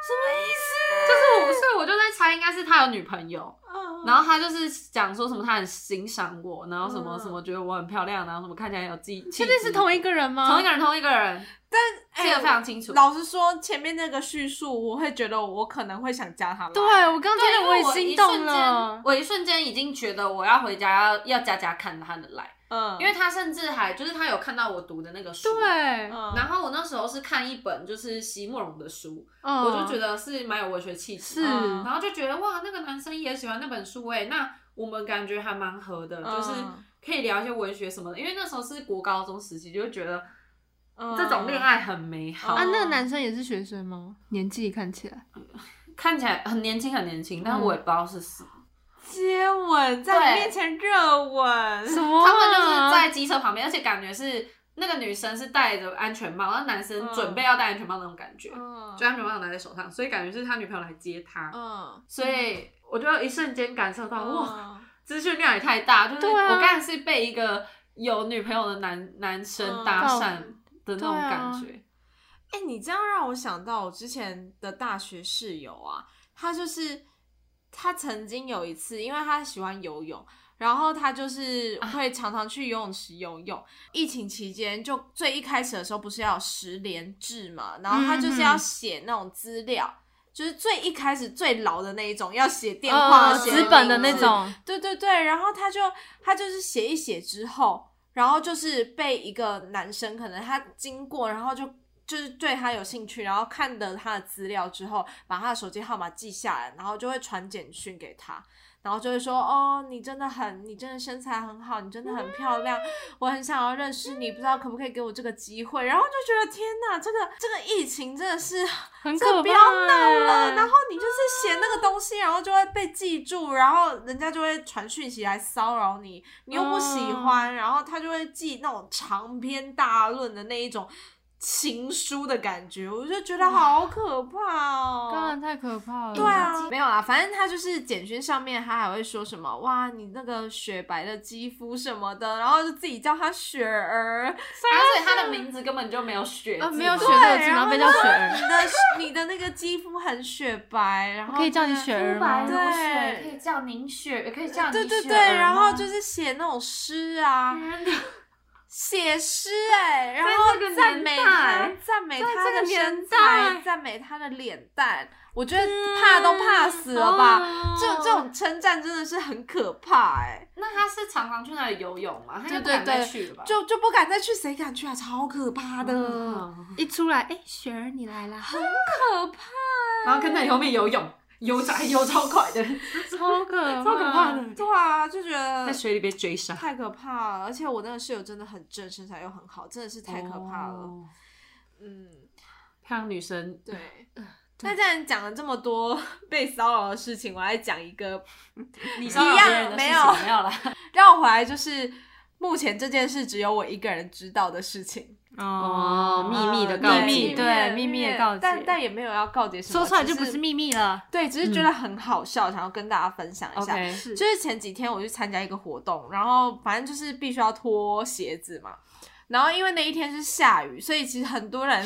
什么意思？就是我，所以我就在猜，应该是他有女朋友，
嗯
然后他就是讲说什么他很欣赏我，然后什么
嗯
什么觉得我很漂亮，然后什么看起来有自己气质。
确定是同一个人吗？
同一个人，同一个人，
但
记得非
哎
常清楚。
老实说，前面那个叙述，我会觉得我可能会想加他们。
对我刚
对，
听
因
了
为
也
我
心
一
动
瞬间
了，
我一瞬间已经觉得我要回家要要加加看他的来，
嗯，
因为他甚至还就是他有看到我读的那个书，
对，
嗯
然后我那时候是看一本就是席慕容的书，
嗯
我就觉得是蛮有文学气质
是
的，
嗯
然后就觉得哇，那个男生也喜欢那本书哎、那我们感觉还蛮合的，就是
嗯
可以聊一些文学什么的，因为那时候是国高中时期，就会觉得
嗯
这种恋爱很美好，
啊，那个男生也是学生吗？年纪看起来，
看起来很年轻很年轻，但我也不知道是什么，
嗯接吻，在你面前热吻，
什么啊？
他们就是在机车旁边，而且感觉是那个女生是戴着安全帽，那男生
嗯
准备要戴安全帽那种感觉，
嗯
就安全帽拿在手上，所以感觉是他女朋友来接他，
嗯，
所以我就一瞬间感受到，哇，
嗯，
资讯量也太大，就是
对啊
我刚才是被一个有女朋友的男男生搭讪的那种感觉，
哎、你这样让我想到我之前的大学室友啊，他就是他曾经有一次，因为他喜欢游泳，然后他就是会常常去游泳池游泳。疫情期间，就最一开始的时候不是要有十连制嘛，然后他就是要写那种资料。就是最一开始最老的那一种，要写电话、
呃
写
资本的那
名字
种，
对对对，然后他就他就是写一写之后，然后就是被一个男生可能他经过，然后就就是对他有兴趣，然后看了他的资料之后，把他的手机号码记下来，然后就会传简讯给他，然后就会说：“哦，你真的很，你真的身材很好，你真的很漂亮，我很想要认识你，不知道可不可以给我这个机会？”然后就觉得天哪，这个这个疫情真的是
很
这
可
不
怕
要闹了。
欸
然后你就是写那个东西，然后就会被记住，然后人家就会传讯息来骚扰你，你又不喜欢，然后他就会寄那种长篇大论的那一种情书的感觉，我就觉得好可怕哦
当然。太可怕了。
对啊，没有啦，反正他就是简讯上面他还会说什么哇，你那个雪白的肌肤什么的，然后就自己叫他雪儿，
啊，所以他的名字根本就没有雪字嘛，
啊，没有雪这个字，
对
然后被叫雪儿，
你的你的那个肌肤很雪白，然后
可以叫你
呢
雪
肤
儿
白
吗？
如
对
雪，可以叫您雪，也可以叫你
对对
雪
对，
儿
然后
吗
就是写那种诗啊，
天哪
写诗哎，然
在
后
这个
赞
年
美
代
他，赞美
在
他
这个
的
年
身
代
材，赞美他的脸蛋，我觉得怕都怕死了吧。
哦
这这种称赞真的是很可怕哎、
那他是常常去那里游泳吗？他应
对
该不
对
敢再
对
去了吧？
就就不敢再去，谁敢去啊？超可怕的，
嗯
一出来，哎、雪儿你来啦，
可怕。
然后跟在后面游泳，游宅游超快的，
嗯
超可
超可怕的，
嗯
对啊，就觉得
在水里被追杀，
太可怕了。而且我那个室友真的很正，身材又很好，真的是太可怕了。
哦
嗯，
漂亮女生，
对。那既然讲了这么多 被骚扰的事情，我来讲一个
你
骚扰别人的事情
没有啦，
绕回来，就是目前这件事只有我一个人知道的事情，嗯
哦秘密的告
对
诫
秘密对秘密的告诫，
但但也没有要告诫什么，
说出来就不
只
是秘嗯密了。
对，只是觉得很好笑，想要跟大家分享一下。
OK
是
就是前几天我去参加一个活动，然后反正就是必须要脱鞋子嘛。然后因为那一天是下雨，所以其实很多人，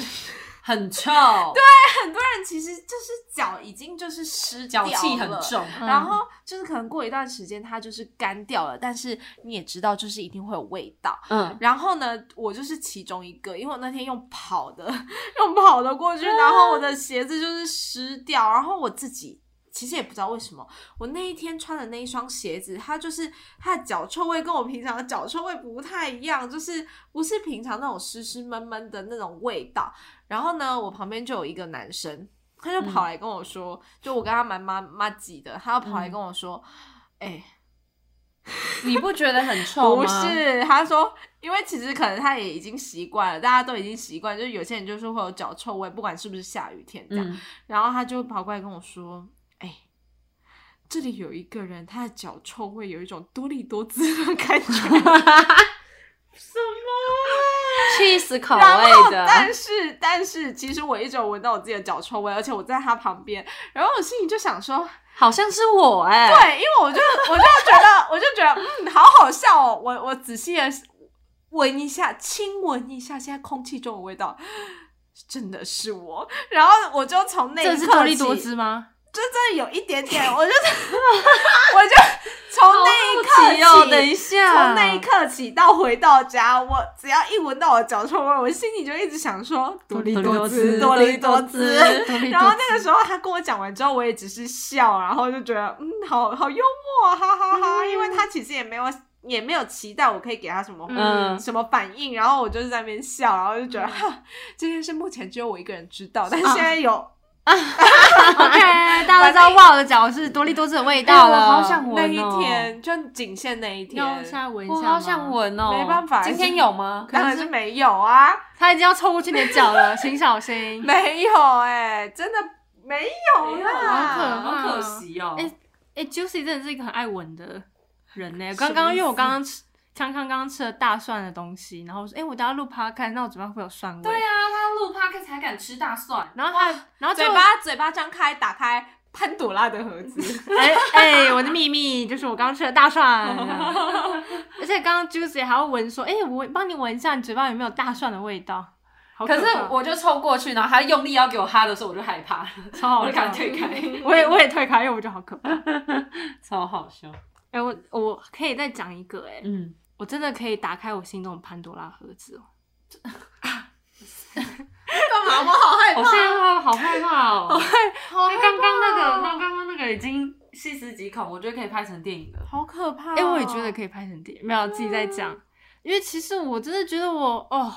很臭，
很多人其实就是脚已经就是湿掉
脚
啊了，
气很重，
嗯
然后就是可能过一段时间它就是干掉了，但是你也知道就是一定会有味道。
嗯，
然后呢，我就是其中一个，因为我那天用跑的， 用跑的过去，然后我的鞋子就是湿掉，然后我自己其实也不知道为什么，我那一天穿的那一双鞋子，它就是它的脚臭味跟我平常的脚臭味不太一样，就是不是平常那种湿湿闷闷的那种味道。然后呢，我旁边就有一个男生，他就跑来跟我说，就我跟他蛮妈妈挤的，他就跑来跟我说，哎、
你不觉得很臭
不
吗？，
是，他说，因为其实可能他也已经习惯了，大家都已经习惯，就是有些人就是会有脚臭味，不管是不是下雨天这样。
嗯，
然后他就跑过来跟我说：“哎、这里有一个人，他的脚臭味有一种多利多滋的感觉。
气死口
然后，
味的，
但是，但是，其实我一直有闻到我自己的脚臭味，而且我在他旁边，然后我心里就想说，
好像是我哎，
对，因为我就我就觉得， 我就觉得，嗯，好好笑哦。我我仔细的闻一下，轻闻一下，现在空气中的味道，真的是我。然后我就从那
这
一
是
刻
多
起，
利多
就
姿吗？
真的有一点点，我就我就从那一刻
好
起，
奇哦等一下，
从那一刻起到回到家，我只要一闻到我脚臭味，我心里就一直想说多利多
滋
姿，多利多
滋
姿。
多利多
然后那
姿
个时候他跟我讲完之后，我也只是笑，然后就觉得嗯，好好幽默，哈哈哈。因为他其实也没有也没有期待我可以给他什么、
嗯
什么反应，然后我就是在那边笑，然后就觉得、哈，这件事目前只有我一个人知道，但现在有、
OK，大 家都知道哇，我的脚是多利多姿的味道了，
哎我好想闻
那一
哦
天，就仅限那一天，
要现在闻一下
我
吗
好想，闻哦，
没办法
今天有吗？
当然是没有啊，
他已经要凑过去你的脚了，请 小心。
没有哎、真的没有
好可
啦。
怕
啊好可惜哦，
哎哎、j u i c y 真的是一个很爱闻的人呢。刚刚因为我刚刚吃，康康刚刚吃了大蒜的东西，然后我说，哎、我等下录 podcast，那我嘴巴会有蒜味。
对啊，他录 p o d 才敢吃大蒜，
然后他，然后就
嘴，巴嘴巴张开，打开潘朵拉的盒子，
哎哎、我的秘密就是我刚刚吃了大蒜。啊 而且刚刚 Juicy 还要闻说，哎、我帮你闻一下，你嘴巴有没有大蒜的味道？好
可
怕
是我就凑过去，然后他用力要给我哈的时候，我就害 怕了，
超好
我就
笑
赶，紧推开，
我也我也退开，因为我觉得好可怕。
超好笑。
哎、我我可以再讲一个、哎、
嗯，
我真的可以打开我心中的潘多拉盒子哦。
干嘛？我好害
我现在嗯 好害怕哦，
好
那刚刚那个，那刚刚那个已经细思极恐，我觉得可以拍成电影了。
好可怕、哦！
哎、我也觉得可嗯以拍成电影，没有自己在讲，因为其实我真的觉得我哦，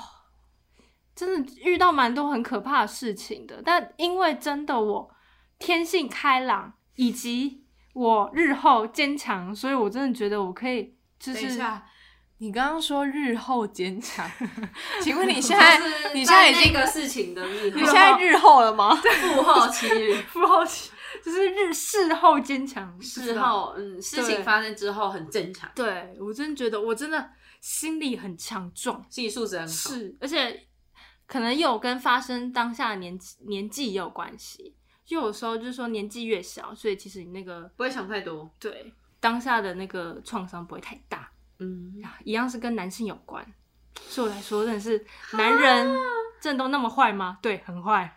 真的遇到蛮多很可怕的事情的。但因为真的我天性开朗，以及我日后坚强，所以我真的觉得我可以就
等一
是
下，你刚刚说日后坚 强，请问你
你
现在你现在已经
个事情的日
你现在日后了吗？
复后期 日，
不好奇，就是日事后坚强，不知
事
道
后嗯，事情发生之后很正常，
对我真的觉得我真的心理很强壮，
心理素质很好。
是，而且可能也有跟发生当下的年纪年纪也有关系。就有时候就是说年纪越小，所以其实你那个
不会想太多。
对当下的那个创伤不会太大，
嗯，
一样是跟男性有关。对我来说，真的是
啊
男人真的都那么坏吗？对，很坏。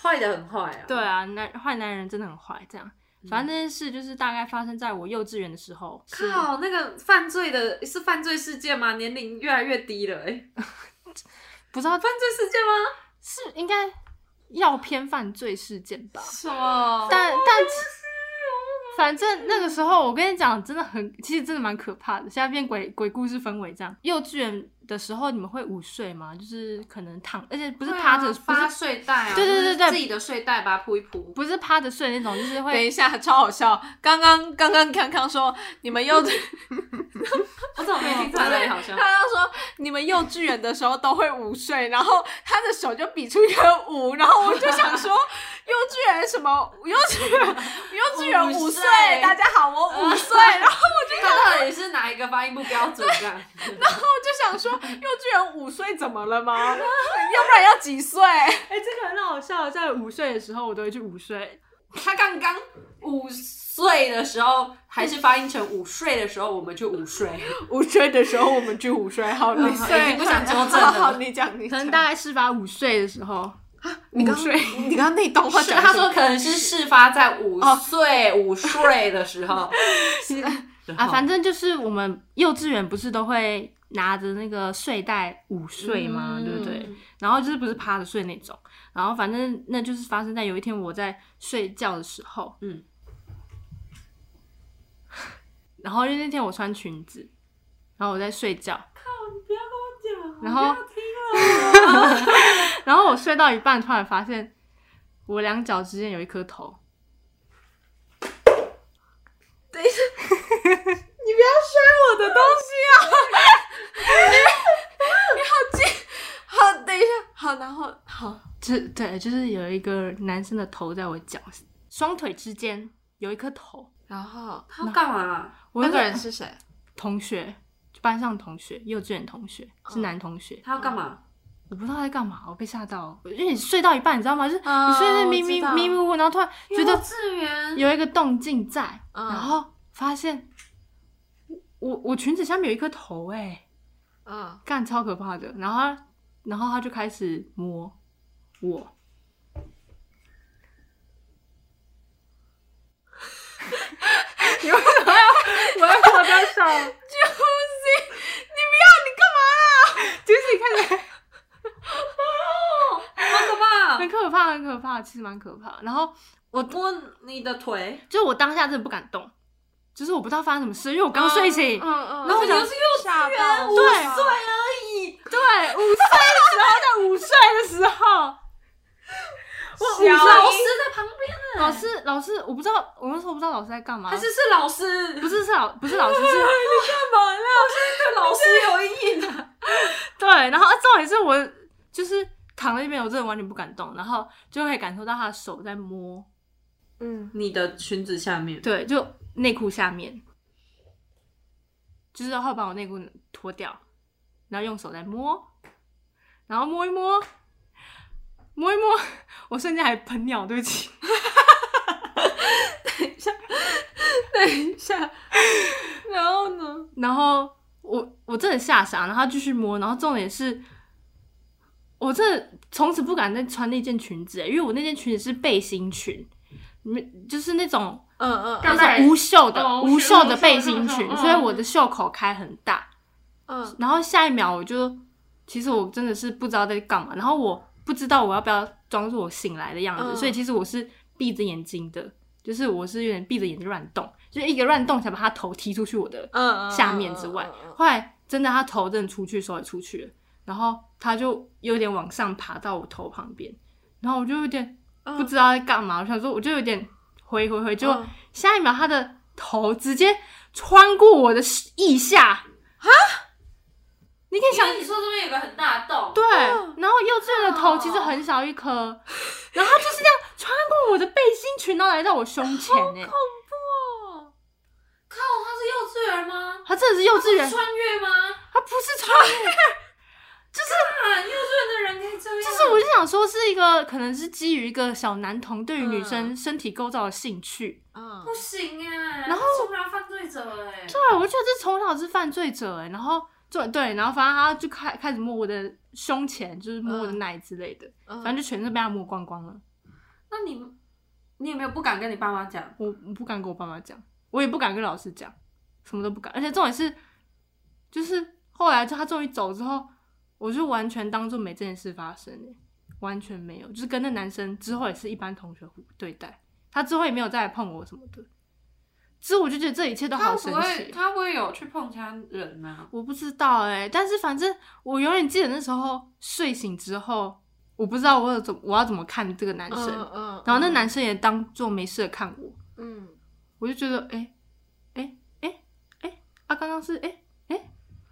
坏的很坏啊。
对，啊，男坏男人真的很坏。这样，
嗯
反正这件事就是大概发生在我幼稚园的时候。是
靠，那个犯罪的是犯罪事件吗？年龄越来越低了、欸，
不知道
犯罪事件吗？
是应该要偏犯罪事件 吧？
什么？
但但反
嗯
正那个时候，我跟你讲，真的很，其实真的蛮可怕的。现在变鬼鬼故事氛围这样。幼稚园的时候，你们会午睡吗？就是可能躺，而且不
不
是
啊
趴着，不
发
是
睡袋啊，
对对对对
自己的睡袋把它铺一铺。
不是趴着睡那种，就是
等
会
一下，超好笑！刚刚刚刚康康说你们幼 稚，
我怎么没听出来那里好像
刚？刚说你们幼稚园的时候都会午睡，然后他的手就比出一个五，然后我就想说幼稚园什么幼稚园幼稚园午
午
睡
睡，
大家好，我午 睡，然后
他到底是哪一个发音不标准这样？
我就想说幼稚园午睡怎么了吗？ 要不然要几岁？
哎、这个很好笑。在午睡的时候，我都会去午睡。
他刚刚午睡的时候，还是发音成午睡的时候，我们去午睡。
午睡的时候我们去午睡，好，嗯你
已经不想纠正了
好好，你讲，你
可
讲
能大概是吧，午睡的时候，
啊你刚
午睡，
你刚刚那段话
是
讲
他
的什么
说可哦能是事发在午睡、午睡的时 候
啊，反正就是我们幼稚园不是都会拿着那个睡袋午睡嘛，
嗯
对
嗯
不对？？然后就是不是趴着睡那种，然后反正那就是发生在有一天我在睡觉的时候，
嗯，
然后因为那天我穿裙子，然后我在睡觉，
不要跟我讲
然后
啊
然后我睡到一半，突然发现我两脚之间有一颗头，
你不要摔我的东西啊！
啊
你好贱！好，等一下，好，然后好，
这对，就是有一个男生的头在我脚双腿之间有一颗头，
然后
他要干嘛？
我
那
就
个人是谁？
同学，班上同学，幼稚园同学是
嗯
男同学，
他要干嘛？
我不知道他在干嘛，我被吓到了，因为你睡到一半，你知道吗？就是
嗯
你睡得
我
迷
知
迷
道
迷迷糊糊，然后突然觉
幼
得
稚园
有一个动静在，
嗯
然后发现我我裙子下面有一颗头、哎，
嗯，
干超可怕的。然后他然后他就开始摸我，
我要跑到手。Juicy，你不要，你干嘛啊？
就是开始
好可
啊
怕
很！可怕，很可怕，其实蛮可怕。然后
摸你的腿，
就是我当下真的不敢动，就是我不知道发生什么事，因为我刚睡醒。
嗯嗯，
然后我
你
想
又是幼
吓
稚
到
园
我
午睡而已。
对，午睡的时候，在午睡的时候。
我
老师
小
在旁边，
老师，老师，我不知道，我那时候不知道老师在干嘛。
还是是老师？
不是是老不是老师是
干嘛啦？
对老师有阴影啊！
对，然后重点是我就是躺在那边，我真的完全不敢动，然后就可以感受到他的手在摸，
嗯，
你的裙子下面，
对，就内裤下面，就是要把我内裤脱掉，然后用手在摸，然后摸一摸，摸一摸，我瞬间还喷尿，对不起，
等一下，然后呢？
然后我我真的吓傻，然后他继续摸，然后重点是，我真的从此不敢再穿那件裙子、欸，因为我那件裙子是背心裙，没就是那种
嗯嗯嗯
就
干
是
嘛
无袖的、
哦
无
无
袖
袖
的
的
背
背
心
心
裙，
裙
所以我的袖口开很大，
嗯，
然后下一秒我就，其实我真的是不知道在干嘛，然后我不知道我要不要装作我醒来的样子，
嗯
所以其实我是闭着眼睛的，就是我是有点闭着眼睛乱动，就是一个乱动才把他头踢出去我的
嗯嗯
下面之外
嗯嗯嗯，
后来真的他头真的出去，手也出去了，然后他就有点往上爬到我头旁边，然后我就有点
嗯
不知道在干嘛，我想说我就有点回回回，结果
嗯
下一秒他的头直接穿过我的腋下，啊！你可以想
因为你说这边有个很大的洞，
对，
哦
然后幼稚园的头其实很小一颗，然后它就是这样穿过我的背心裙，然后来到我胸前呢、欸。
哦，
靠，他是幼稚园吗？
它真的是幼稚园，
穿越吗？
它不是穿越，
啊，幼稚园的人可以这样，
就是我就想说是一个可能是基于一个小男童对于女生身体构造的兴趣。
嗯
不行哎、
然后
他重大犯罪者哎、
对，啊我就觉得这从小是犯罪者哎、然后就对，然后反正他就开开始摸我的胸前，就是摸我的
嗯
奶之类的，
嗯，
反正就全都被他摸光光了。
那你你有没有不敢跟你爸妈讲？
我我不敢跟我爸妈讲，我也不敢跟老师讲，什么都不敢。而且重点是，就是后来就他终于走之后，我就完全当做没这件事发生、欸，完全没有，就是跟那男生之后也是一般同学对待，他之后也没有再来碰我什么的。之后我就觉得这一切都好
他
神
不会，
奇，
他不会有去碰其他人啊吗？
我不知道哎、但是反正我永远记得那时候睡醒之后，我不知道我有怎我要怎么看这个男生，
嗯嗯，
然后那男生也当做没事的看我，
嗯，
我就觉得，哎、哎，哎，哎，啊，刚刚是，哎、哎，哎、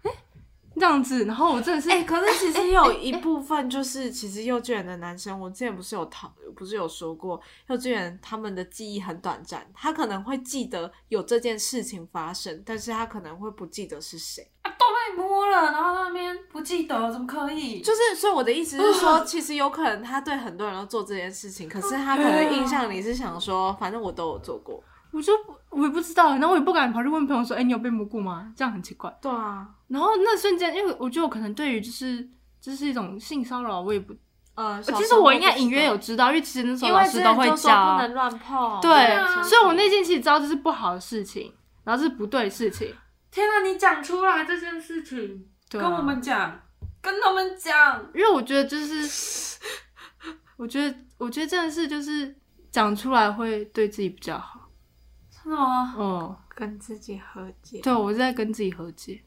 这样子，然后我真的是，
哎、可是其实有一部分就是，其实幼稚园的男生，我之前不是有讨，不是有说过，幼稚园他们的记忆很短暂，他可能会记得有这件事情发生，但是他可能会不记得是谁。
啊，都被摸了，然后那边不记得，怎么可以？
就是，所以我的意思是说，其实有可能他对很多人都做这件事情，可是他可能印象里是想说，反正我都有做过。
我就我也不知道，然后我也不敢跑去问朋友说，哎、你有被摸过吗？这样很奇怪。
对啊，
然后那瞬间，因为我觉得我可能对于就是这是一种性骚扰，我也不，
呃，
其实我应该隐约有，知道，因为其实那时候
因
老
为
师都会教
不，能乱碰。
对，
啊
所以我内心其实知道这是不好的事情，然后这是不对的事情，
天哪、你讲出来这件事情，
对啊
跟我们讲，跟他们讲，
因为我觉得就是，我觉得我觉得真的是就是讲出来会对自己比较好。
真的吗？
哦，
跟自己和解，
对，啊我是在跟自己和解。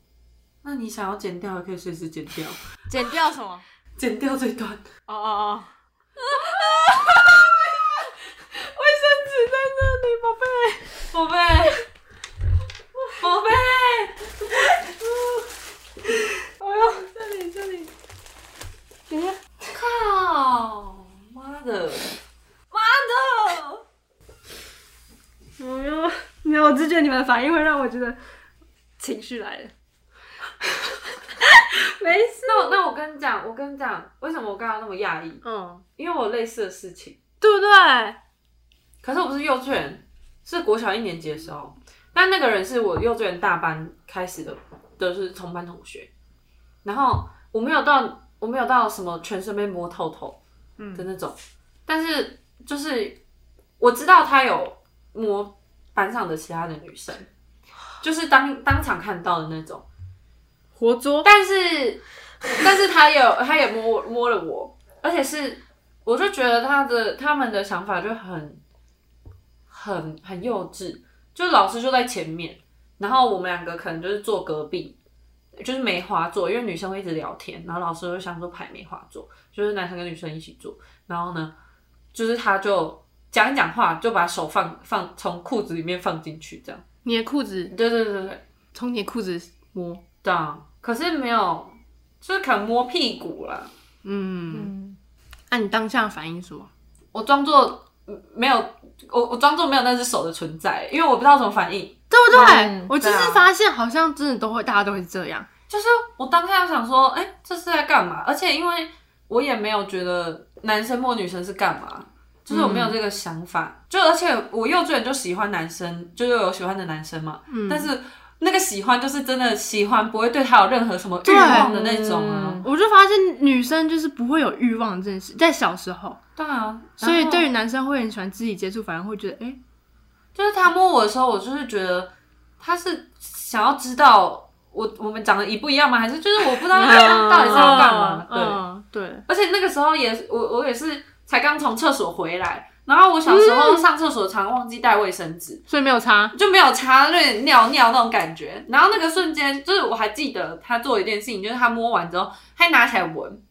那你想要剪掉，也可以随时剪掉，
剪掉什么？
剪掉这段。
哦哦哦。
宝 贝，宝贝，
哎呦，这里这里，
靠！妈的，妈的！
我没有，没有，我只觉得你们的反应会让我觉得情绪来了。没事。
那我那我跟你讲，我跟你讲，为什么我刚刚那么讶异？
嗯，
因为我有类似的事情，
对不对？
可是我不是幼稚园，是国小一年级的时候。但那个人是我幼稚园大班开始的，就是同班同学。然后我没有到，我没有到什么全身被摸透透，的那种。但是就是我知道他有摸班上的其他的女生，就是当当场看到的那种。
活捉。
但是，但是他也有，他也摸我摸了我，而且是，我就觉得他的他们的想法就很，很很幼稚，就老师就在前面，然后我们两个可能就是坐隔壁，就是梅花座，因为女生会一直聊天，然后老师就想说排梅花座，就是男生跟女生一起坐，然后呢，就是他就讲一讲话，就把手放放从裤子里面放进去，这样，
你的裤子，
对对对对对。
从你的裤子摸。
对啊，可是没有，就是可能摸屁股啦。
嗯，
嗯，
那、你当下反应是什么？
我装作嗯没有，我我装作没有那只手的存在，因为我不知道怎么反应。
对不对？
嗯
我就是
对啊
发现好像真的都会，大家都会这样。
就是我当下想说，哎、这是在干嘛？而且因为我也没有觉得男生摸女生是干嘛，就是我没有这个想法。就而且我幼稚园就喜欢男生，就是有喜欢的男生嘛。
嗯
但是那个喜欢就是真的喜欢，不会对他有任何什么欲望的那种啊。
我就发现女生就是不会有欲望这件事，在小时候，
对啊，
所以
然后
对于男生会很喜欢肢体接触，反而会觉得，哎、
就是他摸我的时候，我就是觉得他是想要知道我我们长得一不一样吗？还是就是我不知道他 到底是啊要干嘛？对，
嗯对，
而且那个时候也是我我也是才刚从厕所回来，然后我小时候上厕所常忘记带卫生纸，
所以没有擦。
就没有擦，有点尿尿那种感觉。然后那个瞬间，就是我还记得他做一件事情，就是他摸完之后，他拿起来闻，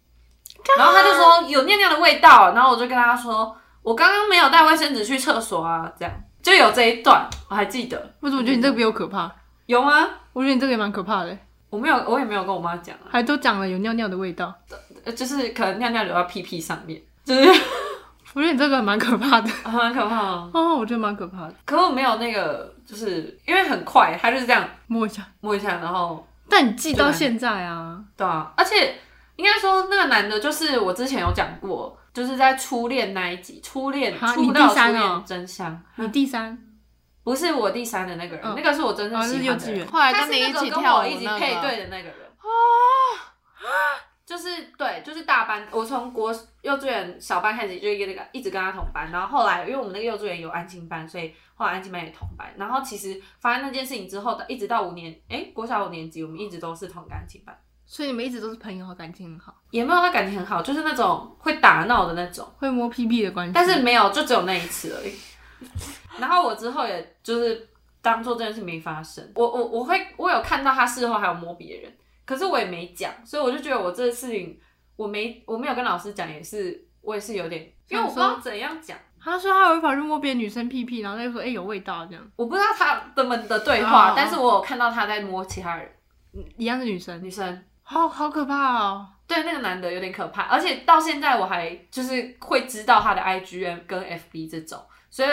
然后他就说有尿尿的味道。然后我就跟他说，我刚刚没有带卫生纸去厕所啊，这样就有这一段，我还记得。
我怎么觉得你这个比我可怕？
有吗？
我觉得你这个也蛮可怕的，
我没有，我也没有跟我妈讲啊，
还都讲了有尿尿的味道。
呃就是可能尿尿流到屁屁上面，就是
我觉得你这个蛮可怕的
很可怕哦。
哦，我觉得蛮可怕的，
可我没有那个，就是因为很快，他就是这样
摸一下。
摸一下，然后
但你记到
对
现在啊，
对啊，而且应该说那个男的，就是我之前有讲过，就是在初恋那一集，初恋
哈
初
你
到
第
初
三哦
恋真香，
你第三，
不是我第三的那个人，
嗯
那个是我真正
哦
啊喜
那
欢的
是幼稚
人，
园
后来
他是
跟你
那
一
个
起
跟
跳
我
舞
一起
那
配
个
对的那个人就是对，就是大班，我从国幼稚园小班开始就一个一直跟他同班，然后后来因为我们那个幼稚园有安亲班，所以后来安亲班也同班。然后其实发生那件事情之后，一直到五年，哎，国小五年级，我们一直都是同个安亲班，
所以你们一直都是朋友，感情很好，
也没有他感情很好，就是那种会打闹的那种。
会摸屁屁的关系。
但是没有，就只有那一次而已。然后我之后也就是当做这件事没发生。我我我会我有看到他事后还有摸别人，可是我也没讲，所以我就觉得我这事情我没我没有跟老师讲，也是我也是有点，因为我不知道怎样讲，
他说他有一跑去摸别的女生屁屁，然后他就说哎、有味道这样，
我不知道他他们的对
哦
话，
哦
但是我有看到他在摸其他人
一样的女生，
女生。
好好可怕哦。
对那个男的有点可怕，而且到现在我还就是会知道他的 IG 跟 FB 这种，所以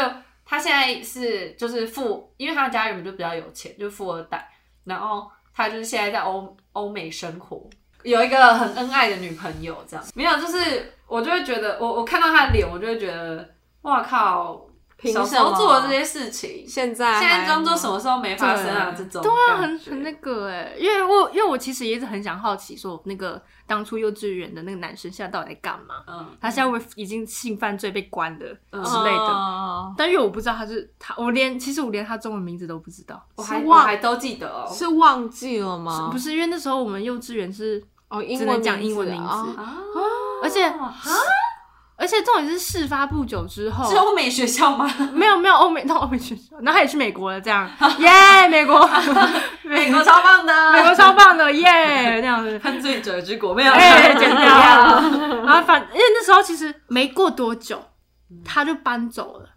他现在是就是富，因为他的家人就比较有钱，就是富二代，然后他就是现在在欧欧美生活，有一个很恩爱的女朋友，这样没有，就是我就会觉得我我看到他的脸，我就会觉得哇靠，
凭
小时
什
候
么
做的这些事情，
现在
现在
还
装作
吗
什么时候没发生啊？这
对
种
对啊，
感
很
觉
很那个哎、因为我因为我其实也一直很想好奇说那个当初幼稚园的那个男生现在到底在干嘛？
嗯
他现在会不会已经性犯罪被关了
嗯
之类的？
哦
但因为我不知道他是他，我连其实我连他中文名字都不知道，
我还
是
我
忘
还都记得哦，
是忘记了吗？
不是因为那时候我们幼稚园是，
哦，英
只
文
能讲英文
名
名字
哦
啊，
而且
啊
而且重点是事发不久之后，
是欧美学校吗？
没有没有欧美到欧美学校，然后他也去美国了，这样耶美国 美
美国超棒的，
美国超棒的耶那样子。
犯罪者之国没有，
哎、剪掉。 然后反，因为那时候其实没过多久，他就搬走了，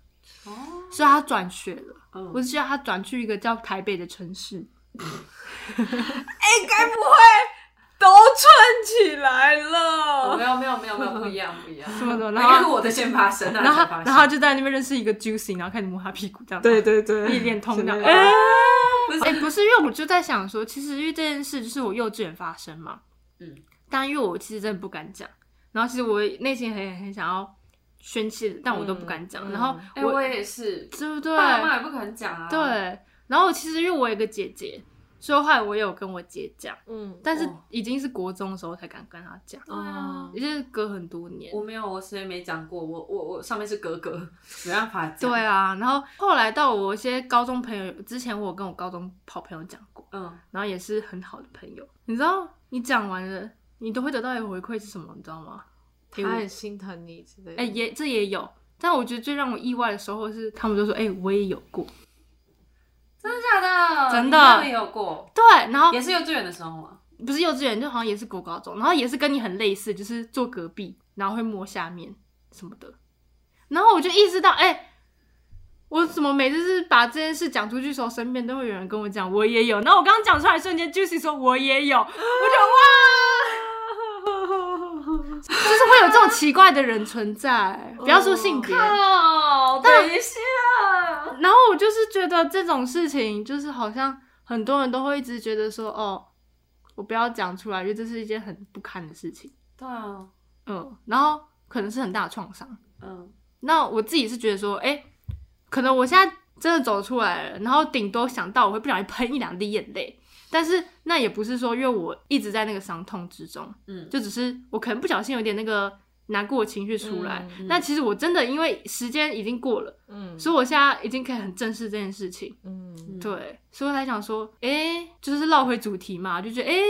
哦
所以他转学了。
嗯
我只知道他转去一个叫台北的城市，
哎，该不会都串起来了？
哦没有没有没有没有不一样不一样，
什么的，然
因为
后
我的先发生啊，
然后
才发生
然后就在那边认识一个 Juicy，然后开始摸他屁股这样，
对，对对，
一脸通的。
是那个
哎、哎不是，因为我就在想说，其实因为这件事就是我幼稚园发生嘛，
嗯，
但因为我其实真的不敢讲，然后其实我内心很很想要宣泄，但我都不敢讲，
嗯
然后
哎
我、
我也是，
对不对？
爸妈也不可能讲啊，
对，，然后其实因为我有一个姐姐，所以后来我也有跟我姐讲，
嗯，
但是
哦
已经是国中的时候才敢跟她讲，
嗯
啊
也就是隔很多年
我。没有，我谁也没讲过，我我我上面是格 格，没办法讲，
对，啊，然后后来到我一些高中朋友之前，我有跟我高中好朋友讲过，
嗯，
然后也是很好的朋友。你知道，你讲完了，你都会得到一个回馈是什么？你知道吗？
他很心疼你之类的。
哎、也这也有，但我觉得最让我意外的收获是，他们就说：“哎、我也有过。
真的假的？
真的
你那边也有过”，
对，然后
也是幼稚园的时候嘛，
不是幼稚园，就好像也是国高中，然后也是跟你很类似，就是坐隔壁，然后会摸下面什么的。然后我就意识到，哎、我怎么每次是把这件事讲出去的时候，身边都会有人跟我讲我也有。然后我刚刚讲出来的瞬间，Juicy 说我也有，我 就哇，就是会有这种奇怪的人存在，不要说性别。
哦，等一下，
然后我就是觉得这种事情，就是好像很多人都会一直觉得说，哦，我不要讲出来，因为这是一件很不堪的事情。
对啊，
嗯，然后可能是很大的创伤。
嗯，
那我自己是觉得说，哎、可能我现在真的走出来了，然后顶多想到我会不小心喷一两滴眼泪，但是那也不是说因为我一直在那个伤痛之中，
嗯
就只是我可能不小心有点那个难过的情绪出来。
嗯嗯
那其实我真的因为时间已经过了，
嗯
所以我现在已经可以很正视这件事情。
嗯，
对，所以我才想说，诶，就是绕回主题嘛，就觉得，诶，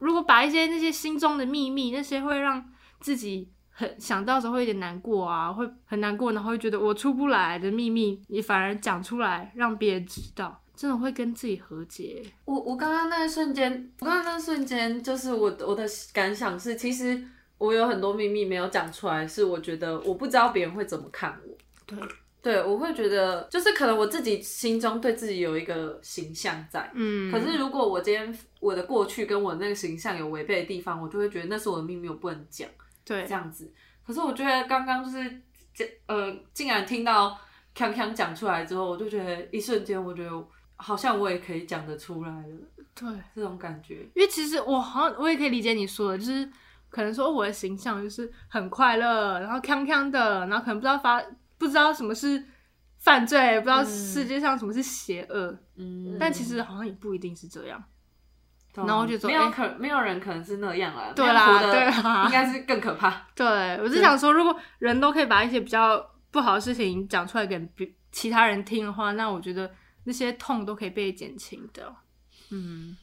如果把一些那些心中的秘密，那些会让自己很想到的时候会有点难过啊，会很难过，然后会觉得我出不来的秘密，你反而讲出来让别人知道，真的会跟自己和解。
我我刚刚那个瞬间，我刚刚那个瞬间，就是我的我的感想是，其实我有很多秘密没有讲出来，是我觉得我不知道别人会怎么看我。
对，
对，我会觉得就是可能我自己心中对自己有一个形象在，
嗯，
可是如果我今天我的过去跟我那个形象有违背的地方，我就会觉得那是我的秘密，我不能讲
对
这，样子。可是我觉得刚刚就是这呃，竟然听到康康讲出来之后，我就觉得一瞬间，我觉得好像我也可以讲得出来了。
对，
这种感觉。
因为其实我好像我也可以理解你说的，就是可能说我的形象就是很快乐，然后康康的，然后可能不知道发不知道什么是犯罪，不知道世界上什么是邪恶，
嗯
但其实好像也不一定是这样。
对啊
然后我就说
没有
哎
可没有人可能是那样啦，
对
那样
啦，
活得
对啦
应，该是更可怕。
对，我是想说，如果人都可以把一些比较不好的事情讲出来给别其他人听的话，那我觉得那些痛都可以被减轻的。
嗯，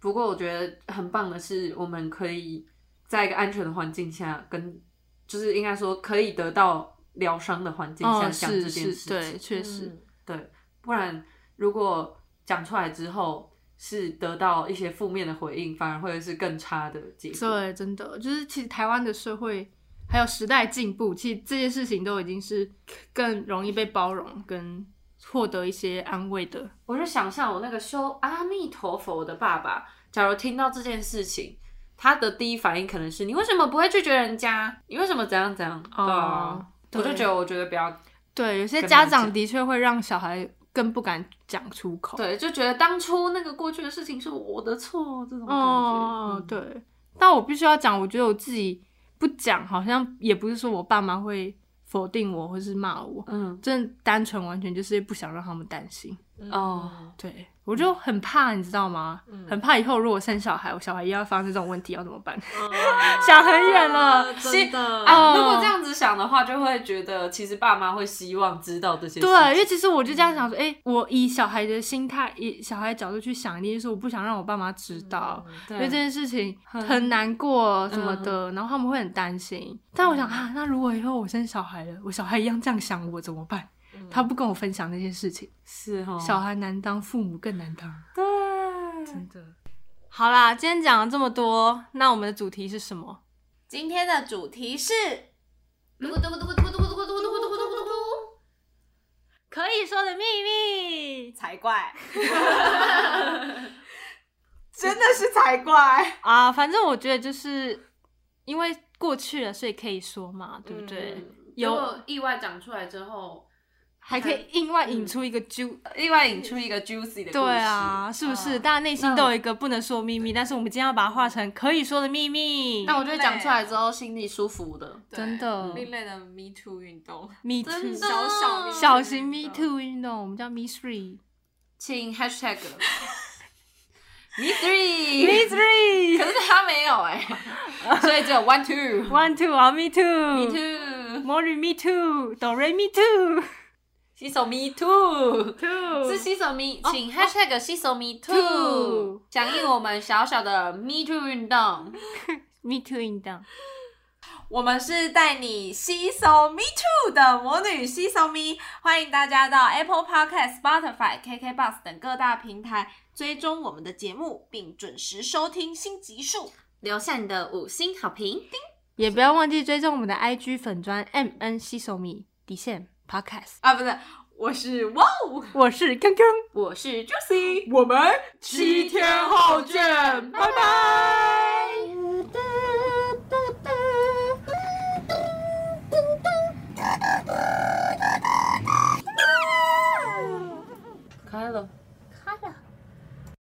不过我觉得很棒的是，我们可以在一个安全的环境下跟，就是应该说可以得到疗伤的环境下
哦，
讲这
是
件事
是，
情。嗯
对，确实，
对，不然如果讲出来之后是得到一些负面的回应，反而会是更差的结果。
对，真的就是其实台湾的社会还有时代进步，其实这些事情都已经是更容易被包容跟获得一些安慰的。
我就想象我那个修阿弥陀佛的爸爸，假如听到这件事情，他的第一反应可能是：你为什么不会拒绝人家？你为什么怎样怎样？对啊，
哦对
我就觉得，我觉得不要，
对，有些
跟
家
他
长
讲
的确会让小孩更不敢讲出口。
对，就觉得当初那个过去的事情是我的错，这种感觉。
哦
嗯，
对，但我必须要讲，我觉得我自己不讲，好像也不是说我爸妈会否定我或是骂我，
嗯，
真的单纯完全就是不想让他们担心。
哦，
对我就很怕，你知道吗？
嗯
很怕以后如果生小孩，我小孩又要发生这种问题要怎么办？
嗯
想很远了，
真的
啊
啊，如果这样子想的话，就会觉得其实爸妈会希望知道这些事情。
对，因为其实我就这样想说，哎、我以小孩的心态，以小孩的角度去想，一定是我不想让我爸妈知道。
嗯
因为这件事情
很
嗯很嗯难过什么的，然后他们会很担心。但我想啊，那如果以后我生小孩了，我小孩一样这样想我怎么办？
嗯
他不跟我分享那些事情，
是哦，
小孩难当，父母更难当，
对，
真的。好啦，今天讲了这么多，那我们的主题是什么？
今天的主题是
可以说的秘密
才怪，真的是才怪，
啊！反正我觉得就是因为过去了，所以可以说嘛，对不对？有
如果意外讲出来之后，
还可以另外引出一个揪。
意外引出一个 juicy 的故事。
对啊，是不是？
嗯
大家内心都有一个不能说的秘密，但是我们今天要把它化成可以说的秘密。
但我觉得讲出来之后，心里舒服的。
真的
另类的 Me Too 运动，
Me Too，
真的
小小 Me
小型 Me
Too
Too 运动，我们叫 Me Three。
请 hashtag me three
Me Three
可是他没有 哎，所以只有 one two
One Two 啊，Me
me
Too。
too，
Mori Me Too，哆瑞 Me Too
洗手 me too。
Too 哦
是洗手 me，请 hashtag 洗手 me too，
Too
响应我们小小的 me too 运动。
Me Too 运动。
我们是带你吸收 Me Too 的魔女吸收咪，欢迎大家到 Apple Podcast、Spotify、KK Bus 等各大平台追踪我们的节目，并准时收听新集数。
留下你的五星好评。
也不要忘记追踪我们的 IG 粉砖 M N 西手米底线 Podcast。
啊，不是，我是哇哦，
我是康康，
我是 Juicy，
我们
七天后见拜拜。